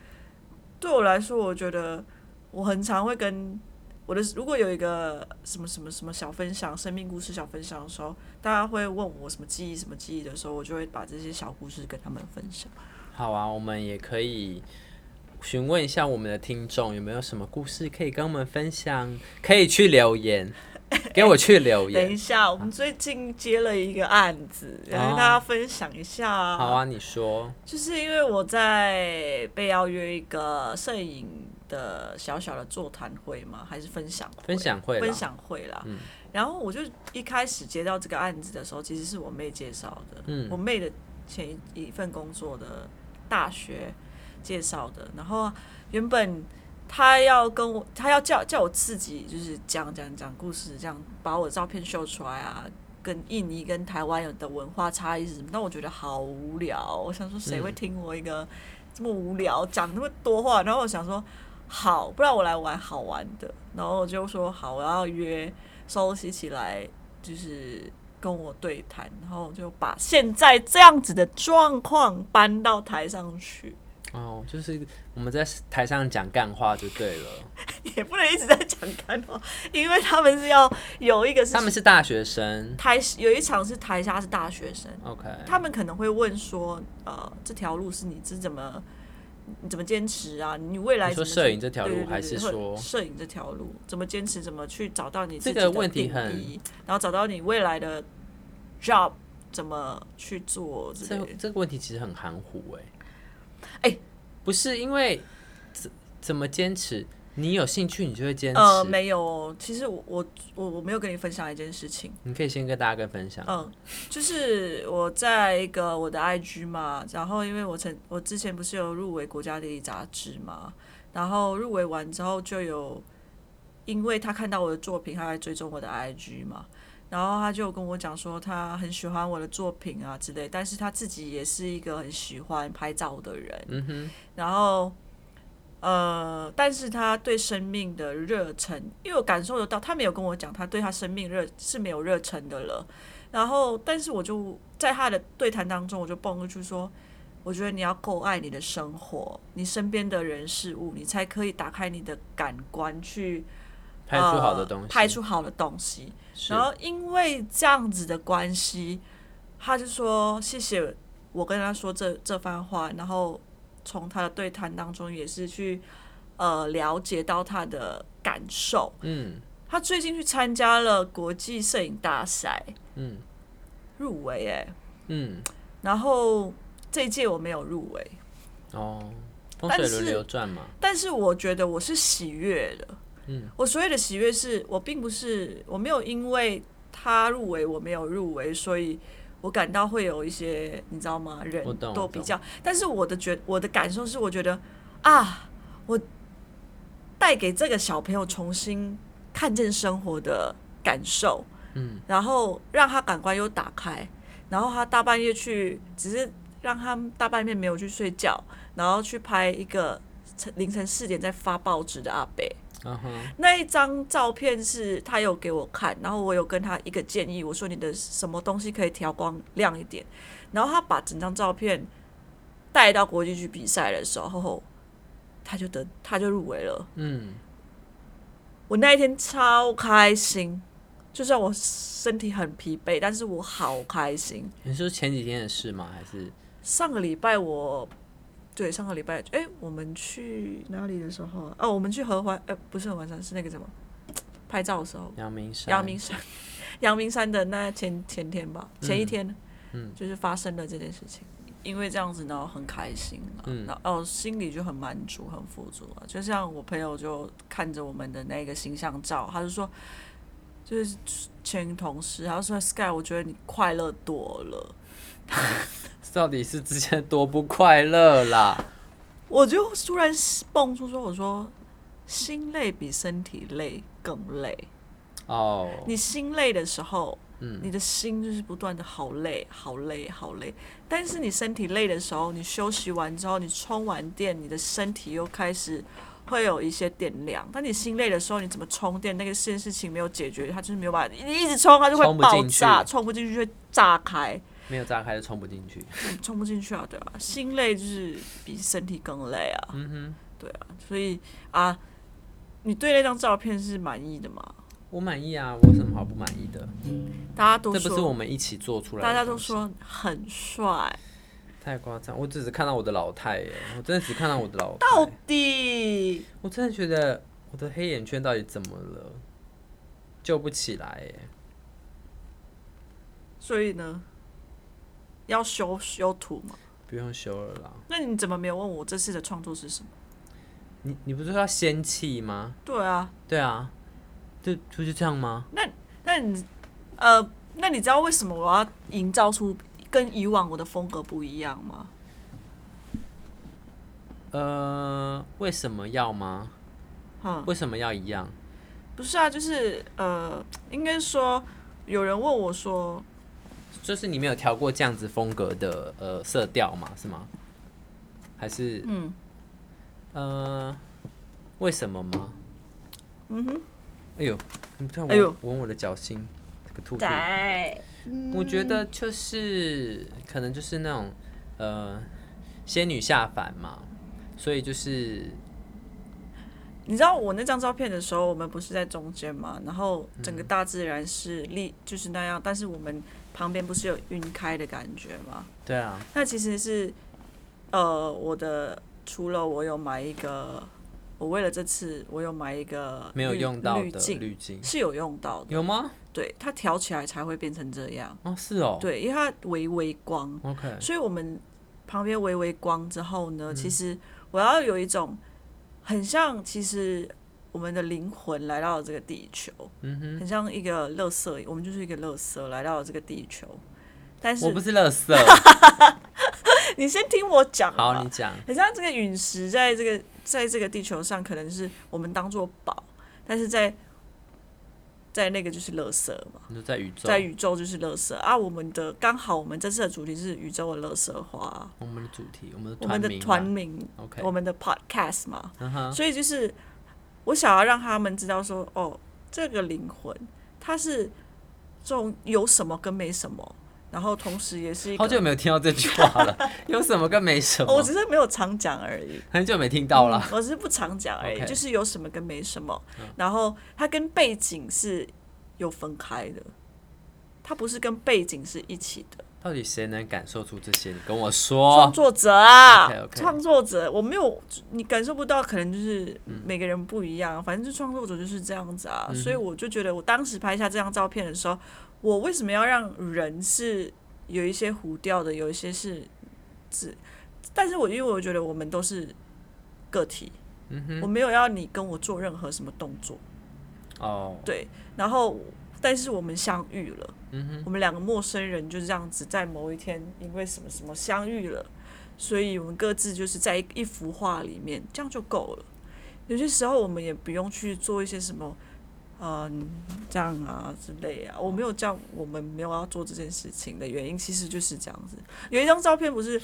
对我来说，我觉得我很常会跟我的，如果有一个什么什么什么小分享、生命故事小分享的时候，大家会问我什么记忆、什么记忆的时候，我就会把这些小故事跟他们分享。好啊，我们也可以询问一下我们的听众有没有什么故事可以跟我们分享，可以去留 言，给我去留等一言。下，我们最近接了一个案子，来哦跟大家分享一下。好啊，你说，就是因为我在被邀约一个摄影的小小的座谈会嘛，还是分享会分享会啦嗯分享会啦。然后我就一开始接到这个案子的时候，其实是我妹介绍的，嗯我妹的前一一份工作的大学介绍的。然后原本她要跟我，她要叫叫我自己就是讲讲讲故事，这样把我的照片秀出来啊，跟印尼跟台湾有的文化差异是什么？但我觉得好无聊，我想说谁会听我一个这么无聊讲那么多话？然后我想说好，不然我来玩好玩的。然后我就说好，我要约收西起来，就是跟我对谈。然后我就把现在这样子的状况搬到台上去， 哦，就是我们在台上讲干话就对了。也不能一直在讲干话，因为他们是要有一个是他们是大学生台有一场是台下是大学生。 ，OK，他们可能会问说，呃，这条路是你是怎么你怎么坚持啊？你未来你说怎么去摄影这条路对对对还是或者说摄影这条路怎么坚持？怎么去找到你自己这的个问题定很义，然后找到你未来的 job 怎么去做之这类的。这个问题其实很含糊哎、哎不是因为怎怎么坚持，你有兴趣你就会坚持。呃，没有，其实我我我我没有跟你分享一件事情。你可以先跟大家跟分享。嗯，就是我在一个我的 IG 嘛，然后因为我曾我之前不是有入围国家地理杂志嘛，然后入围完之后就有，因为他看到我的作品，他来追踪我的 IG 嘛，然后他就跟我讲说他很喜欢我的作品啊之类，但是他自己也是一个很喜欢拍照的人，嗯哼，然后，呃，但是他对生命的热忱，因为我感受得到，他没有跟我讲他对他生命热是没有热忱的了。然后，但是我就在他的对谈当中，我就蹦出去说，我觉得你要够爱你的生活，你身边的人事物，你才可以打开你的感官去拍出好的东西，呃拍出好的东西。是然后因为这样子的关系，他就说谢谢我跟他说这这番话，然后从他的对谈当中也是去呃了解到他的感受。嗯他最近去参加了国际摄影大赛，嗯入围哎、嗯，然后这一届我没有入围，哦，风但水是轮流转嘛，但是我觉得我是喜悦的。嗯，我所谓的喜悦是我并不是我没有因为他入围我没有入围，所以我感到会有一些你知道吗？人我懂都我比懂较，但是我的觉我的感受是，我觉得啊，我带给这个小朋友重新看见生活的感受，嗯，然后让他感官又打开，然后他大半夜去，只是让他大半夜没有去睡觉，然后去拍一个凌晨四点在发报纸的阿北。嗯哼，那一张照片是他有给我看，然后我有跟他一个建议，我说你的什么东西可以调光亮一点，然后他把整张照片带到国际去比赛的时候，他就得他就入围了。嗯，我那一天超开心，就算我身体很疲惫，但是我好开心。你是前几天的事吗？还是上个礼拜我，对上个礼拜，哎、我们去哪里的时候啊？哦，我们去合欢，呃，不是合欢山，是那个什么拍照的时候，阳明山？阳明山， 阳明山的那前前天吧，前一天，嗯就是发生了这件事情。因为这样子呢，很开心啊，嗯然后哦，心里就很满足、很富足啊。就像我朋友就看着我们的那个形象照，他就说，就是前同事，他就说 Sky，我觉得你快乐多了。到底是之前多不快乐啦？我就突然蹦出说，我说心累比身体累更累。哦，你心累的时候，嗯你的心就是不断的好累、好累、好累。但是你身体累的时候，你休息完之后，你充完电，你的身体又开始会有一些电量。但你心累的时候，你怎么充电？那个件事情没有解决，它就是没有办法，你一直充它就充会不爆进去炸，充不进去就会炸开，没有炸开就冲不进去。充不进去啊，对啊，心累就是比身体更累啊，嗯哼，对啊，所以啊，你对那张照片是满意的吗？我满意啊，我有什么好不满意的？大家都这不是我说，们一起做出来的，大家都说很帅。太夸张，我只是看到我的老太耶，我真的只看到我的老到太，底我真的觉得我的黑眼圈到底怎么了，救不起来耶。所以呢，要修修图嘛？不用修了啦，那你怎么没有问我这次的创作是什么？你你不是说要仙气吗？对啊，对啊，就就是这样吗？那你呃，那你知道为什么我要营造出跟以往我的风格不一样吗？呃，为什么要吗？嗯，为什么要一样？不是啊，就是呃，应该说有人问我说，就是你没有调过这样子风格的呃色调嘛，是吗？还是嗯呃，为什么吗？嗯哼，哎呦，你突然哎呦闻闻我的脚心，这个兔兔。在我觉得就是可能就是那种呃仙女下凡嘛，所以就是你知道我那张照片的时候，我们不是在中间嘛，然后整个大自然是立就是那样，但是我们旁边不是有晕开的感觉吗？对啊，那其实是，呃，我的除了我有买一个，我为了这次我有买一个没有滤用到滤的镜，滤镜是有用到的，有吗？对，它调起来才会变成这样，哦，是哦，对，因为它微微光， ，OK，所以我们旁边微微光之后嗯呢，其实我要有一种很像，其实我们的灵魂来到了这个地球，嗯哼，很像一个垃圾，我们就是一个垃圾来到了这个地球。但是我不是乐色，你先听我讲嘛，好，你讲，很像这个陨石在这个在这个地球上，可能是我们当做宝，但是在在那个就是垃圾嘛，你说在宇宙，在宇宙就是垃圾啊。我们的刚好我们这次的主题是宇宙的垃圾化，我们的主题，我们的我们团的名嘛啊团名， ，OK，我们的 podcast 嘛，嗯哼，所以就是我想要让他们知道说，哦，这个灵魂它是这种有什么跟没什么，然后同时也是一个，好久没有听到这句话了， 有什么跟没什哦我么，只是没有常讲而已。很久没听到了。嗯 我只是不常讲而已 OK 嗯就是有什么跟没什么，然后它跟背景是有分开的，它不是跟背景是一起的。到底谁能感受出这些？你跟我创说，作者啊 OK，OK 创作者，我没有你感受不到，可能就是每个人不一样，反正就创作者就是这样子啊。嗯嗯哼所以我就觉得，我当时拍下这张照片的时候，我为什么要让人是有一些糊掉的，有一些是只，但是我因为我觉得我们都是个体，嗯我没有要你跟我做任何什么动作，哦，对，然后但是我们相遇了。嗯哼，我们两个陌生人就这样子，在某一天因为什么什么相遇了，所以我们各自就是在一一幅画里面，这样就够了。有些时候我们也不用去做一些什么，嗯，这样啊之类啊。我没有这样，我们没有要做这件事情的原因，其实就是这样子。有一张照片不是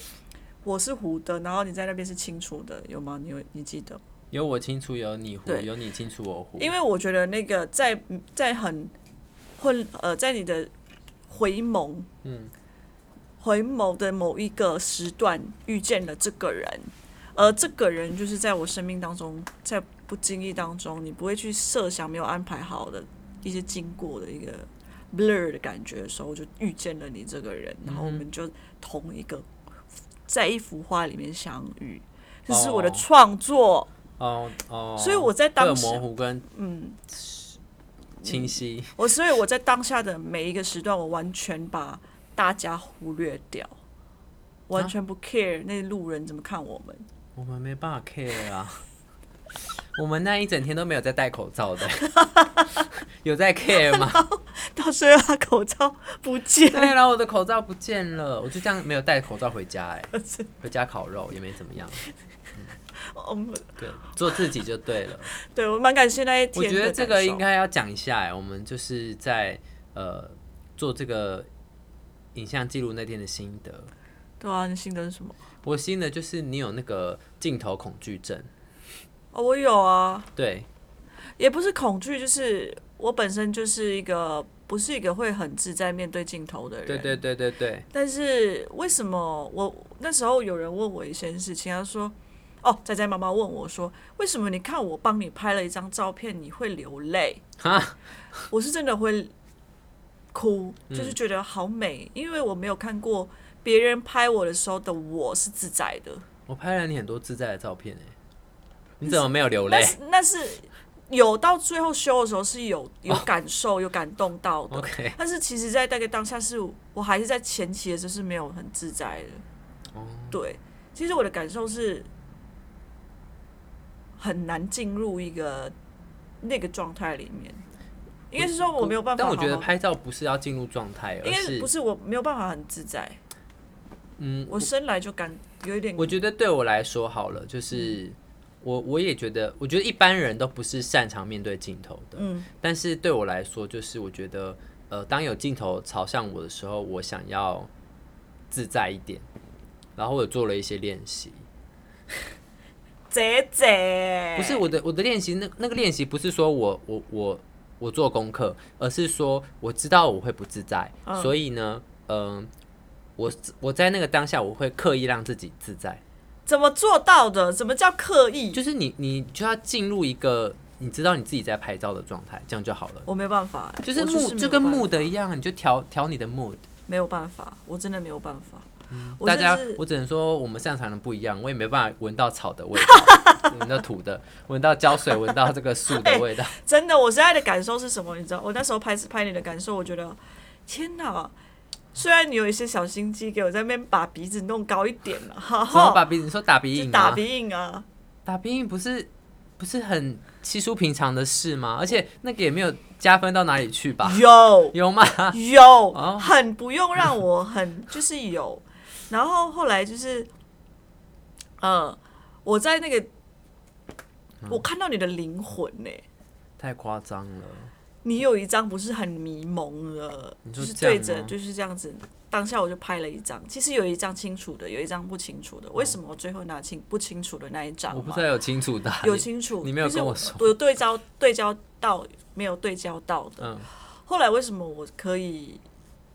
我是糊的，然后你在那边是清楚的，有吗？你有你记得吗？有我清楚，有你糊，对有你清楚我糊。因为我觉得那个在在很混呃，在你的回眸，嗯，回眸的某一个时段遇见了这个人，而这个人就是在我生命当中，在不经意当中，你不会去设想没有安排好的一些经过的一个 blur 的感觉的时候，我就遇见了你这个人，嗯然后我们就同一个在一幅画里面相遇，这是我的哦创作，哦哦，所以我在各当时模糊跟嗯。清晰，我所以我在当下的每一个时段，我完全把大家忽略掉，啊完全不 care 那路人怎么看我们。我们没办法 care 啊。我们那一整天都没有在戴口罩 的，有在 care 吗？到最后他口罩不 见对，然后我的口罩不见了，我就这样没有戴口罩回家、哎， 了，真回家烤肉也没怎么 样，哦，对，做自己就对 了。 对我蛮感谢那一我天的觉感受。得这个应该要讲一下、哎，我们就是在呃做这个影像记录那天的心得。对啊，你心得是什么？我心得就是你有那个镜头恐惧症，哦，我有啊，对，也不是恐惧，就是我本身就是一个不是一个会很自在面对镜头的人。对对对对对，但是为什么我那时候有人问我一件事情，他说：“哦，仔仔妈妈问我说，为什么你看我帮你拍了一张照片，你会流泪？哈， 我是真的会哭，就是觉得好美，因为我没有看过别人拍我的时候的我是自在的，我拍了你很多自在的照片哎、你怎么没有流那泪？是那是有到最后修的时候是有有感受、有感动到的。” OK，但是其实，在大概当下是，我还是在前期的时候是没有很自在的。哦对，其实我的感受是很难进入一个那个状态里面，应该是说我没有办法但好我好。觉得拍照不是要进入状态，而应该是是不是我没有办法很自在，嗯，我生来就感有一点我觉得对我来说好了，就是我我也觉得，我觉得一般人都不是擅长面对镜头的，嗯但是对我来说，就是我觉得呃，当有镜头朝向我的时候，我想要自在一点，然后我有做了一些练习，姐姐不是我的我的练习，那那个练习不是说我我我我做功课，而是说我知道我会不自在，嗯所以呢，嗯、我我在那个当下，我会刻意让自己自在，怎么做到的？怎么叫刻意？就是你你就要进入一个你知道你自己在拍照的状态，这样就好了。我没有办法欸、就是我 mood 没有就跟办法 mood 的一样，你就调调你的 mood。没有办法，我真的没有办法。嗯我大就家是，我只能说我们擅长的不一样，我也没办法闻到草的味道， 闻到土的，闻到胶水，闻到这个树的味道。真的，我现在的感受是什么？你知道，我那时候拍拍你的感受，我觉得天哪！虽然你有一些小心机，给我在那边把鼻子弄高一点 了，哈怎么把哈，鼻子？你说打鼻哦就影打吗？鼻影啊，打鼻影不是不是很稀疏平常的事吗？而且那个也没有加分到哪里去吧？有有吗？ 有啊哦，很不用让我很就是有。然后后来就是，呃，我在那个，我看到你的灵魂呢、欸太夸张了。你有一张不是很迷蒙了，你就说是这样对着吗就是这样子。当下我就拍了一张，其实有一张清楚的，有一张不清楚的。为什么我最后拿清不清楚的那一张我不嘛知道有清楚的啊，有你清楚，你没有就是跟我说我有对焦对焦到没有对焦到的。嗯后来为什么我可以，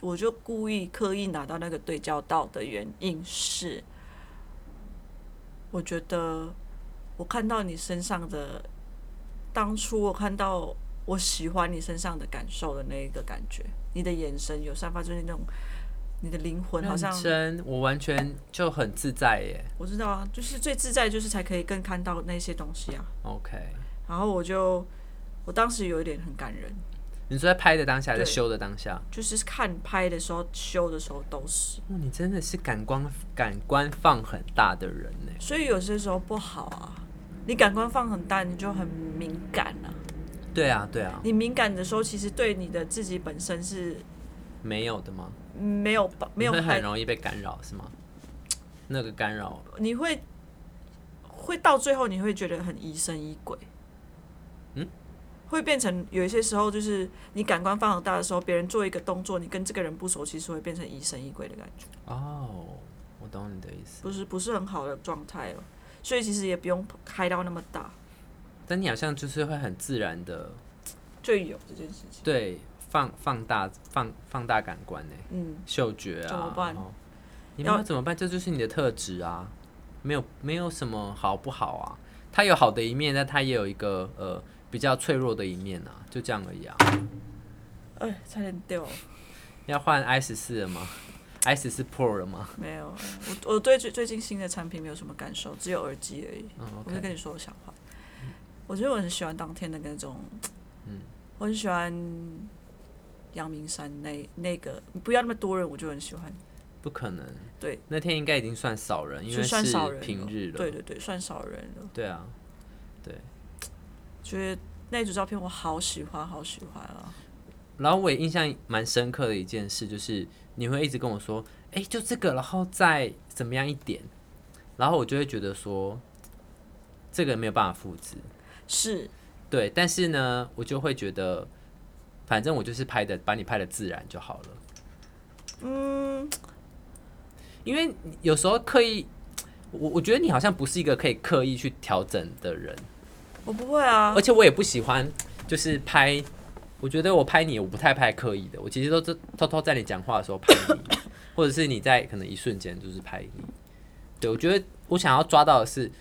我就故意刻意拿到那个对焦到的原因是，我觉得我看到你身上的，当初我看到我喜欢你身上的感受的那一个感觉，你的眼神有散发出那种你的灵魂，好像认真，我完全就很自在耶。我知道啊，就是最自在就是才可以更看到那些东西啊。 OK，然后我就，我当时有一点很感人，你说在拍的当下，还是对修的当下，就是看拍的时候、修的时候都是。哇，你真的是感官感官放很大的人呢。所以有些时候不好啊，你感官放很大，你就很敏感啊。对啊，对啊，你敏感的时候，其实对你的自己本身是没有的吗？没有没有你会很害，容易被干扰是吗？那个干扰，你会会到最后你会觉得很疑神疑鬼。嗯，会变成有一些时候，就是你感官放很大的时候，别人做一个动作，你跟这个人不熟，其实会变成疑神疑鬼的感觉，哦，我懂你的意思。不是不是很好的状态了。所以其实也不用开到那么大，但你好像就是会很自然的就有这件事情。对放放大放放大感官呢，嗯，嗅觉啊。怎么办然后？你要们要怎么办？这就是你的特质啊，没有没有什么好不好啊。它有好的一面，但它也有一个呃比较脆弱的一面啊，就这样而已啊。哎，差点掉了。要换 i 十四了吗？i 十四 Pro 了吗？没有，我我对最最近新的产品没有什么感受，只有耳机而已。嗯我就，OK，跟你说我想换，我觉得我很喜欢当天的那种，嗯我很喜欢阳明山那那个，不要那么多人，我就很喜欢，不可能。对，那天应该已经算少人，因就为算是少人平了日了。对对对，算少人了。对啊，觉得那组照片我好喜欢，好喜欢啊！然后我也印象蛮深刻的一件事，就是你会一直跟我说，哎、就这个，然后再怎么样一点，然后我就会觉得说，这个没有办法复制，是对，但是呢，我就会觉得，反正我就是拍的，把你拍的自然就好了。嗯，因为有时候刻意，我我觉得你好像不是一个可以刻意去调整的人，我不会啊而，且我也不喜欢，就是拍。我觉得我拍你，我不太拍刻意的，我其实都是偷偷在你讲话的时候拍你， 或者是你在可能一瞬间就是拍你。对，我觉得我想要抓到的是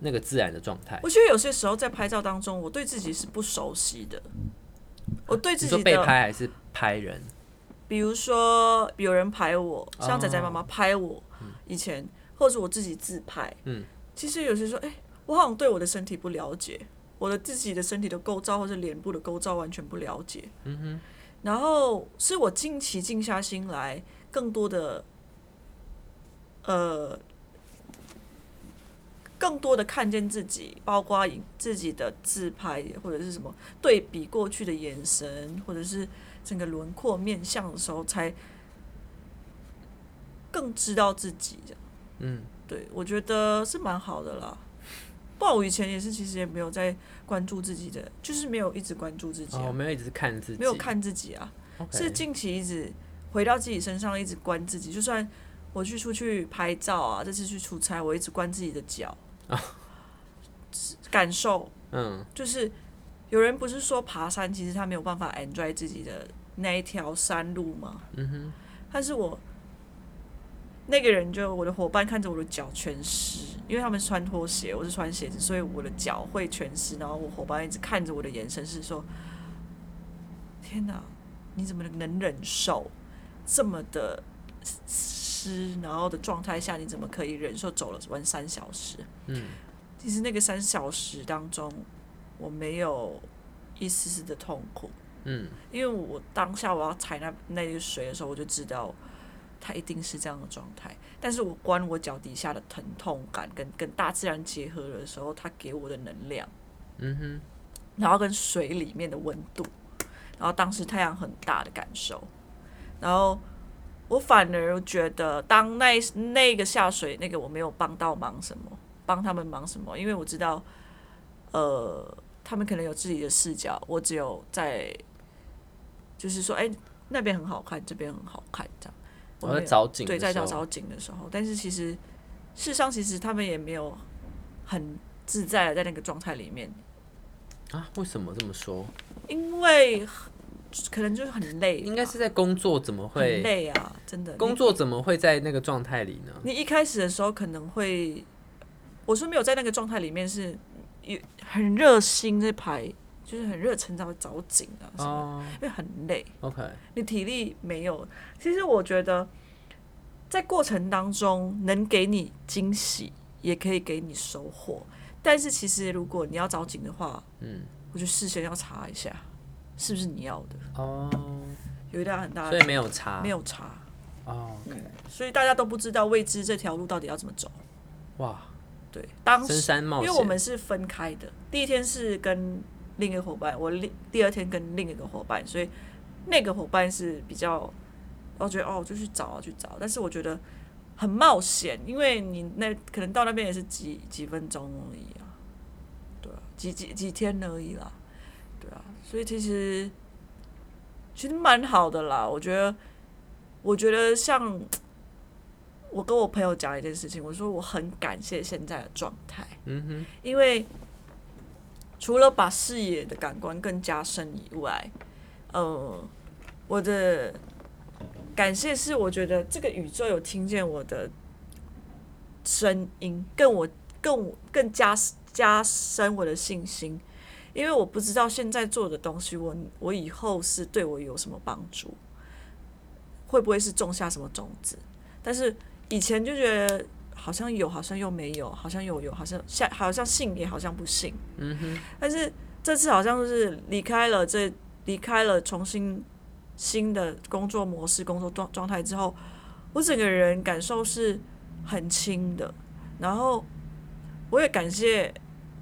那个自然的状态。我觉得有些时候在拍照当中，我对自己是不熟悉的，我对自嗯你说己被的拍还是拍人？比如说有人拍我，像仔仔妈哦妈拍我，以前或者我自己自拍，嗯，其实有些时候，哎、我好像对我的身体不了解，我的自己的身体的构造或者脸部的构造完全不了解，嗯哼，然后是我近期静下心来，更多的，呃。更多的看见自己，包括自己的自拍或者是什么对比过去的眼神，或者是整个轮廓面相的时候，才更知道自己这样。嗯，对我觉得是蛮好的啦。不然我以前也是，其实也没有在关注自己的，就是没有一直关注自己、哦，啊我没有一直看自己，没有看自己啊， OK，是近期一直回到自己身上，一直关自己。就算我去出去拍照啊，这次去出差，我一直关自己的脚， 感受嗯，就是有人不是说爬山其实他没有办法 enjoy 自己的那一条山路吗？嗯哼。但是我那个人就我的伙伴看着我的脚全湿，因为他们穿拖鞋，我是穿鞋子，所以我的脚会全湿。然后我伙伴一直看着我的眼神是说：“天哪，你怎么能忍受这么的湿？然后的状态下，你怎么可以忍受走了玩三小时？”嗯，其实那个三小时当中，我没有一丝丝的痛苦，嗯，因为我当下我要踩那那个水的时候，我就知道它一定是这样的状态。但是我关我脚底下的疼痛感跟跟大自然结合的时候，它给我的能量，嗯哼，然后跟水里面的温度，然后当时太阳很大的感受，然后我反而觉得当那那个下水那个我没有帮到忙什么，帮他们忙什么，因为我知道，呃，他们可能有自己的视角，我只有在就是说，哎、那边很好看，这边很好看，这样。我们在有找景对，的在时找候，找景的时候，但是其实事实上，其实他们也没有很自在的在那个状态里面，啊，为什么这么说？因为可能就是很累吧，应该是在工作怎么很会累啊，真的。工作怎么会在那个状态里呢？你，你一开始的时候可能会，我说没有在那个状态里面是，有很热心在排，就是很热忱在找景啊什么的，哦因为很累。 ，OK，你体力没有。其实我觉得，在过程当中能给你惊喜，也可以给你收获。但是其实如果你要找景的话，嗯，我觉得事先要查一下，是不是你要的，哦，有一大很大所的以没有差，啊没有查，哦，OK，所以大家都不知道未知这条路到底要怎么走。哇，对，当深时山冒哦因险，为我们是分开的，第一天是跟另一个伙伴，我另第二天跟另一个伙伴，所以那个伙伴是比较，我觉得哦，就去找啊去找，但是我觉得很冒险，因为你那可能到那边也是几几分钟而已啊，对啊，几几几天而已啦，对啊，所以其实其实蛮好的啦，我觉得，我觉得像。我跟我朋友讲一件事情，我说我很感谢现在的状态，嗯因为除了把视野的感官更加深以外，呃，我的感谢是我觉得这个宇宙有听见我的声音，更我更我更加加深我的信心，因为我不知道现在做的东西我，我以后是对我有什么帮助，会不会是种下什么种子？但是以前就觉得好像有，好像又没有，好像有有，好像像好像信也好像不信。哼，嗯哼，但是这次好像就是离开了这离开了重新新的工作模式、工作状状态之后，我整个人感受是很轻的。然后我也感谢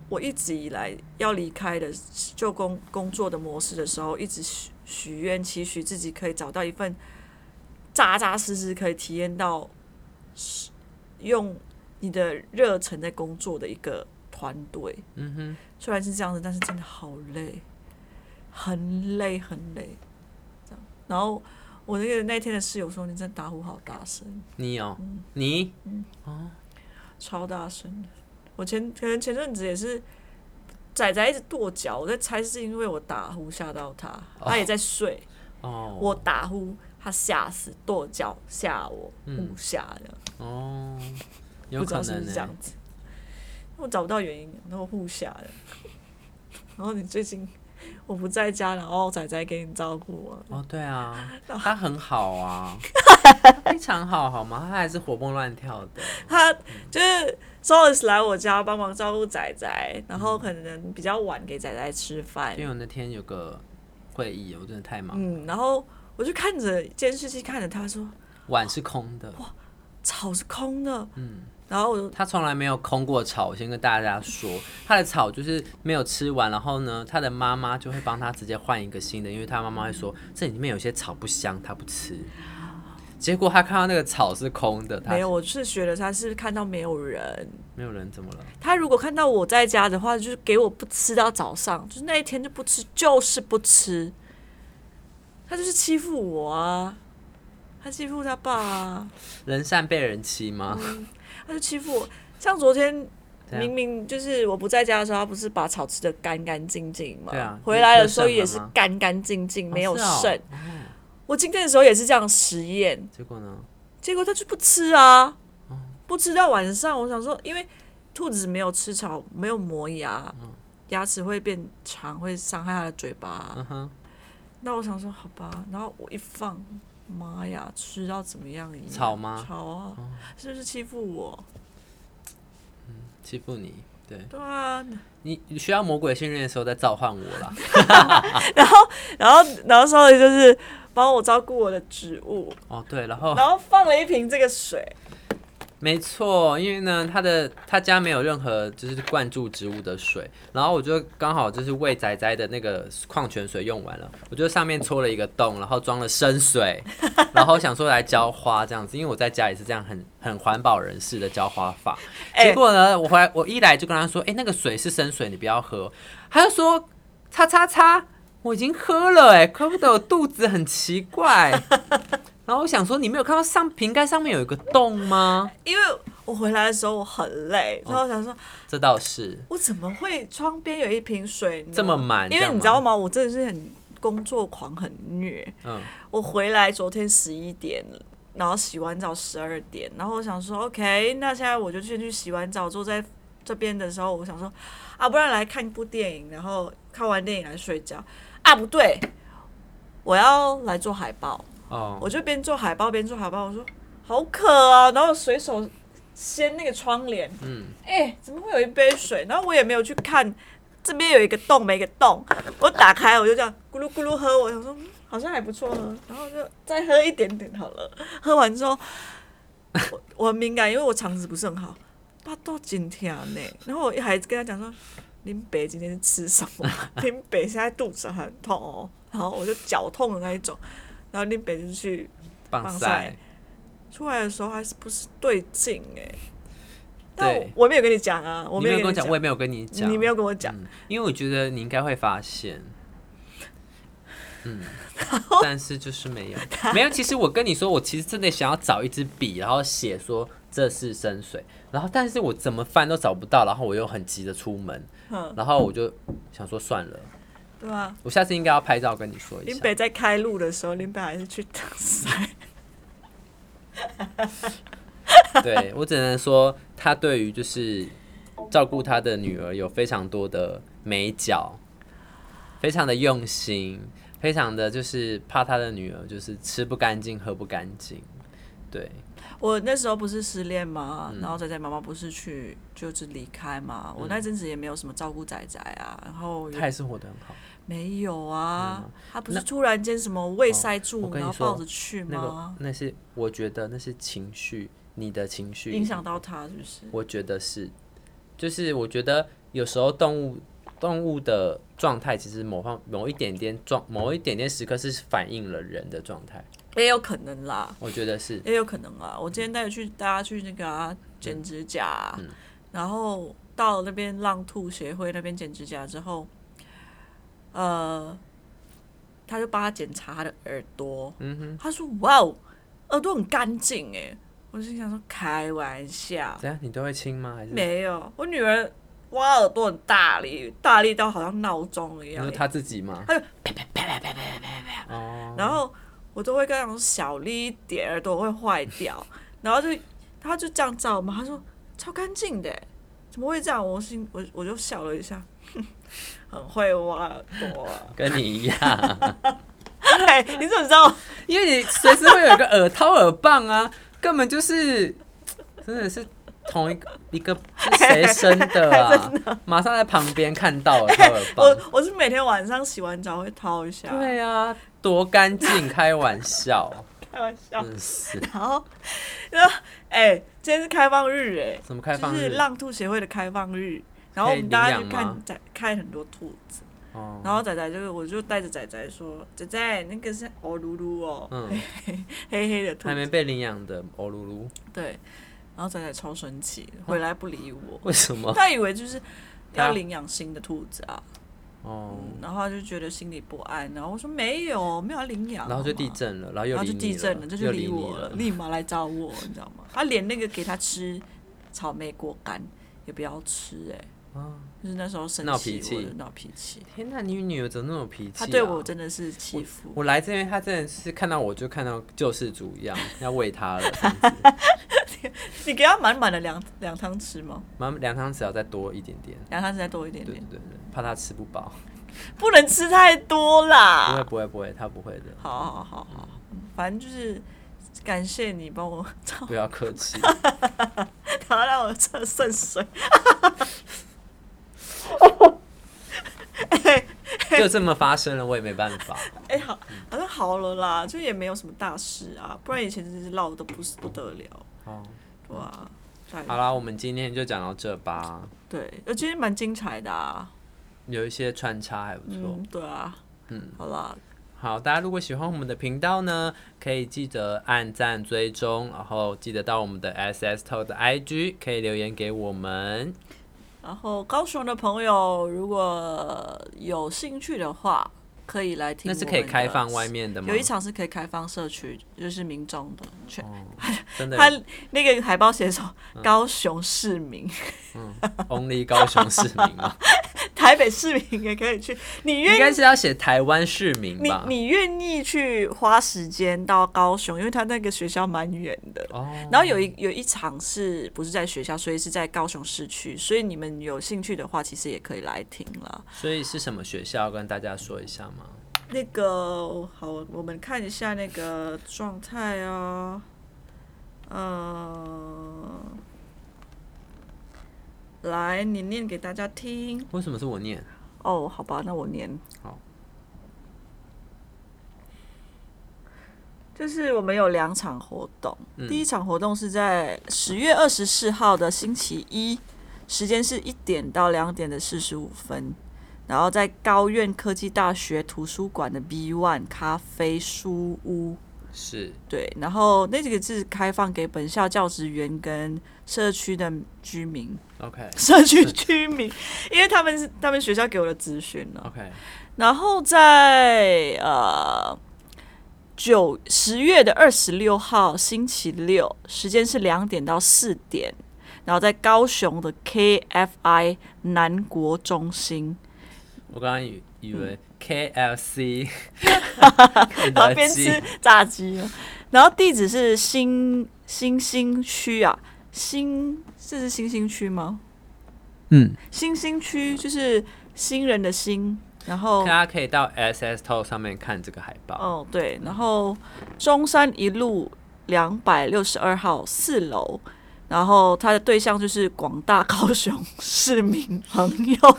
我一直以来要离开的就工工作的模式的时候，一直许许愿期许自己可以找到一份扎扎实实可以体验到是用你的热忱在工作的一个团队。嗯哼，虽然是这样子，但是真的好累，很累很累，这样。然后我那个那天的室友说：“你真的打呼好大声，你哦，嗯你超大声的。”我前可能前阵子也是，仔仔一直跺脚，我在猜是因为我打呼吓到他，他也在睡，哦，我打呼他吓死，跺脚吓我，嗯误吓的。哦，有不知可道是能欸不是这呢样。子。我找不到原因，然后互吓的。 然后你最近我不在家，然后仔仔给你照顾我，哦，对 啊，他很好啊，非常好，好吗？他还是活蹦乱跳的。他嗯就是 Solis 来我家帮忙照顾仔仔，然后可能比较晚给仔仔吃饭因，为我那天有个会议，我真的太忙，嗯，然后我就看着监视器，看着他说碗是空的。草是空的，嗯，然后我就他从来没有空过草，我先跟大家说，他的草就是没有吃完，然后呢，他的妈妈就会帮他直接换一个新的，因为他妈妈会说这里面有些草不香，他不吃。结果他看到那个草是空的，他没有，我是觉得他是看到没有人，没有人怎么了？他如果看到我在家的话，就是给我不吃到早上，就是那一天就不吃，就是不吃。他就是欺负我啊，他欺负他爸啊，人善被人欺吗？他就欺负我。像昨天怎样嗯明明就是我不在家的时候，他不是把草吃的干干净净嘛？对啊回来的时候有剩了也是吗干干净净，没有哦是哦剩。哦我今天的时候也是这样实验，结果呢？结果他就不吃啊，不吃到晚上。我想说，因为兔子没有吃草，没有磨牙，牙齿会变长，会伤害它的嘴巴。嗯哼，那我想说，好吧。然后我一放，妈呀，吃到怎么样一样？草哦吗草啊，是不是欺负我？欺负你。对对啊。你你需要魔鬼信任的时候再召唤我啦。然后，然后，然后稍微就是帮我照顾我的植物，哦，对，然后然后放了一瓶这个水。没错，因为呢，他的他家没有任何就是灌注植物的水，然后我就刚好就是喂仔仔的那个矿泉水用完了，我就上面戳了一个洞，然后装了生水，然后想说来浇花这样子，因为我在家也是这样很很环保人士的浇花法。哎结果呢，我回来我一来就跟他说，哎、那个水是生水，你不要喝。他就说，叉叉叉，我已经喝了、哎，喝的我肚子很奇怪。然啊后我想说，你没有看到上瓶盖上面有一个洞吗？因为我回来的时候我很哦累，然后我想说，这倒是，我怎么会窗边有一瓶水呢？这么满因这为样你吗知道吗？我真的是很工作狂，很虐。嗯，我回来昨天十一点，然后洗完澡十二点，然后我想说，OK，那现在我就先去洗完澡，坐在这边的时候，我想说，啊，不然来看一部电影，然后看完电影来睡觉。啊，不对，我要来做海报，哦，我就边做海报边做海报，我说好渴啊，然后我随手掀那个窗帘，嗯，哎、怎么会有一杯水？然后我也没有去看这边有一个洞没一个洞，我打开我就这样咕噜咕噜喝，我想说、嗯好像还不错喝，然后就再喝一点点好了。 喝完之后，我我很敏感，因为我肠子不是很好，巴肚紧疼呢。然后我还跟他讲说，林北今天是吃什么？ 林北现在肚子很痛哦，然后我就绞痛的那一种。然后林北就去棒棒晒晒，出来的时候还是不是对劲哎、但我对我没有跟你讲啊，我你没有跟跟我你讲，我也没有跟你讲，你没有跟我讲，嗯，因为我觉得你应该会发现，嗯，但是就是没有，没有。其实我跟你说，我其实真的想要找一支笔，然后写说这是深水，然后但是我怎么翻都找不到，然后我又很急着出门，嗯，然后我就想说算了，对啊。我下次应该要拍照跟你说一林下。北在开路的时候，林北还是去挡 塞。 对我只能说，他对于就是照顾他的女儿有非常多的美角，非常的用心，非常的就是怕他的女儿就是吃不干净、喝不干净。对，我那时候不是失恋吗？嗯然后仔仔妈妈不是去就是离开嘛。我那阵子也没有什么照顾仔仔啊，然后也他还是活得很好。没有啊。他不是突然间什么胃塞住，嗯哦我跟然你后说抱着去那个吗？那是我觉得那是情绪，你的情绪影响到他是不是？我觉得是，就是我觉得有时候动物动物的状态，其实某方某一点点状某一点点时刻是反映了人的状态，也有可能啦，我觉得是。也有可能啊。我今天带去大家去那个、啊、剪指甲啊、嗯然后到了那边浪兔协会那边剪指甲之后，呃，他就帮他检查他的耳朵。嗯哼。他说：“哇哦，耳朵很干净哎。”我心想说：“开玩笑，怎样？你都会亲吗？还是没有，我女儿挖耳朵很大力，大力到好像闹钟一你样欸说。他自己吗？他就啪啪啪啪啪啪啪啪。哦，然后我都会跟他讲说小力一点，耳朵会坏掉。然后就他就这样照嘛，他说超干净的欸，怎么会这样？我心我我就笑了一下， 哼很会挖耳朵啊！ 跟你一样，哎，你怎么知道？ 因为你随时会有一个耳掏耳棒啊，根本就是真的是同一个一个是谁生的啊？马上在旁边看到耳掏耳 我棒，我是每天晚上洗完澡会掏一下，对啊，多干净！开玩 笑，开玩笑。真是然后，然后哎，今天是开放日哎，什么开放就是日？浪兔协会的开放日，然后我可们以大家领去养吗看仔看很多兔子，哦，然后仔仔就我就带着仔仔说，仔仔那个是欧噜噜哦，嗯， 黑黑的兔还没子，被领养的欧露露，对，然后仔仔超生气，嗯回来不理我，为什 么？他以为就是他要领养新的兔子啊，哦，嗯然后他就觉得心里不安，然后我说没有没有要领养，然后就地好吗。震了，然后又然后就理你地震了，这就又理理你我了了，。立马来找我，你知道吗？他连那个给他吃草莓果干也不要吃、哎，啊就是那时候生闹气，脾气我就闹脾气，天哪，你女儿怎么那么脾气、啊？他对我真的是欺负。我来这边，她真的是看到我就看到救世主一样，要喂她了。 这样子你给他满满的两两汤匙吗？妈妈两汤匙要再多一点点，两汤匙再多一点对对点，对对，怕她吃不 饱。不能吃太多不会啦。不会不会，她不会 的，好好好好，嗯反正就是感谢你帮我照不要客 气。然后让我这渗水。 就这么发生了，我也没办法。哎、好，好像好了啦，就也没有什么大事啊，不然以前真是闹得不是不得了。哦，对啊，好啦，我们今天就讲到这吧，对，我觉得蛮精彩的啊。有一些穿插还不错。嗯，对啊，哦嗯，好啦，好，大家如果喜欢我们的频道呢，可以记得按赞追踪，然后记得到我们的 SS t o 的 IG 可以留言给我们。然后高雄的朋友如果有兴趣的话，可以来听。那是可以开放外，面的吗？有一场是可以开放社区，就是民众的。全哦，真的他那个海报写什么？高雄市民、 ，Only 高雄市民吗？台北市民也可以去。你应愿该意，是要写台湾市民你吧？你愿意去花时间到高雄，因为他那个学校蛮远的。哦，然后有一有一场是不是在学校，所以是在高雄市区，所以你们有兴趣的话，其实也可以来听啦。所以是什么学校？跟大家说一下吗？那个好，我们看一下那个状态啊，呃，来，你念给大家听。为什么是我念？哦，好吧，那我念。好，就是我们有两场活动，第一场活动是在十月二十四号的星期一，时间是一点到两点的四十五分，然后在高院科技大学图书馆的 B One 咖啡书屋。是对，然后那这个是开放给本校教职员跟社区的居民， OK 社区居民，因为他们是他们学校给我的资讯啊呢、 OK，然后在呃九十月的二十六号星期六，时间是两点到四点，然后在高雄的 KFI 南国中心我刚刚以以为 KFC，肯旁德边基吃炸鸡哦，然后地址是新新兴区啊，新这是新兴区吗？嗯，新兴区就是新人的新，然后大家可以到 SS Talk 上面看这个海报。哦，对，然后中山一路两百六十二号四楼，然后他的对象就是广大高雄市民朋友。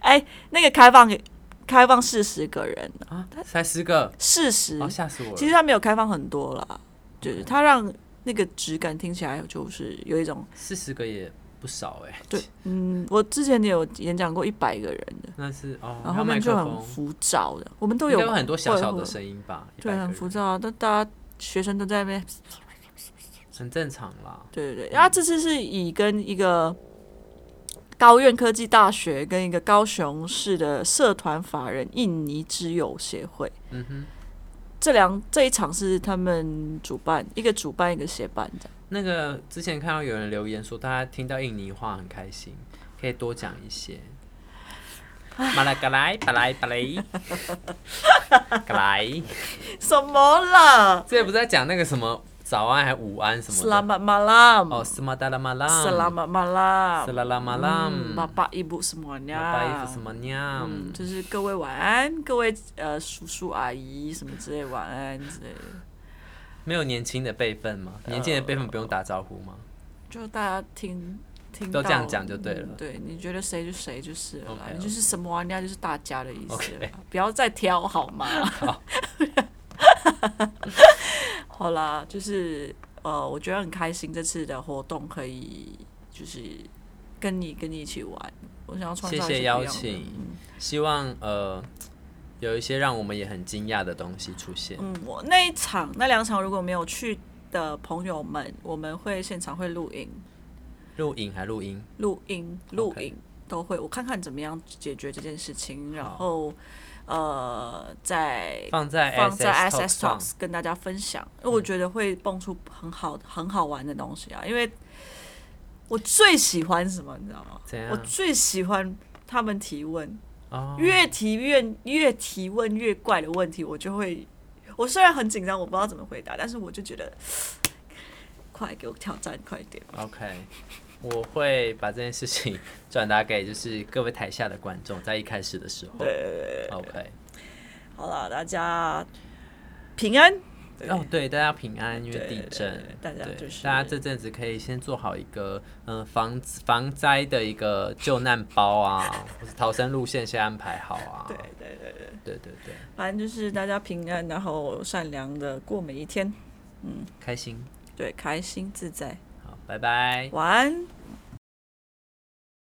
哎，那个开放给开放四十个人，啊，才十个，四十、哦，吓死我了！其实他没有开放很多啦，就是他让那个质感听起来就是有一种，四十个也不少哎、对，嗯，我之前也有演讲过一百个人的，那是哦，然后还有后麦面克就很风，浮躁的，我们都应有该有很多小会小的会声音吧，100对，个很浮人躁啊，但大家学生都在那边，很正常啦。对对对。嗯然后这次是以跟一个高院科技大学跟一个高雄市的社团法人印尼之友协会，嗯哼，这两这一场是他们主办，一个主办一个协办的。那个之前看到有人留言说，大家听到印尼话很开心，可以多讲一些。马来嘎来巴来 巴来，嘎来，什么啦？这不是在讲那个什么早安还午安什么的 Selamat malam. 哦，斯马达拉马拉， Selamat malam. 嗯 Selamat malam. Bapak Ibu semuanya. 巴伊夫什么娘，嗯，就是各位晚安，各位呃叔叔阿姨什么之类晚安之类的。没有年轻的辈分吗？呃年轻的辈分不用打招呼吗？就大家听听都到这样讲就对了嗯对，你觉得谁就谁就是了啦 OK，OK 你就是什么玩家就是大家的意思了 OK 不要再挑好吗？ 好啦，就是呃，我觉得很开心这次的活动可以就是跟你跟你一起玩，我想要创造谢谢一些不一嗯样邀的请，希望呃有一些让我们也很惊讶的东西出现。嗯，我那一场那两场如果没有去的朋友们，我们会现场会录影。录影还录音，录音、录 OK 影都会，我看看怎么样解决这件事情，然后呃，再放在放在 Talk SS 上嗯 Talks 跟大家分享，因为我觉得会蹦出很好、很好玩的东西啊。因为我最喜欢什么，你知道吗？怎我样？最喜欢他们提问，哦，越提越越提问越怪的问题，我就会。我虽然很紧张，我不知道怎么回答，但是我就觉得， 快给我挑战，快点！ OK，我会把这件事情转达给就是各位台下的观众，在一开始的时候。OK，好了，大家平安。哦对，大家平安，因为对地对震对，大家对就是大家这阵子可以先做好一个嗯、呃防防灾的一个救难包 啊，或是逃生路线先安排好啊。对对对对，对对对，反正就是大家平安，然后善良的过每一天，开心。对，开心自在。好，拜拜。晚安。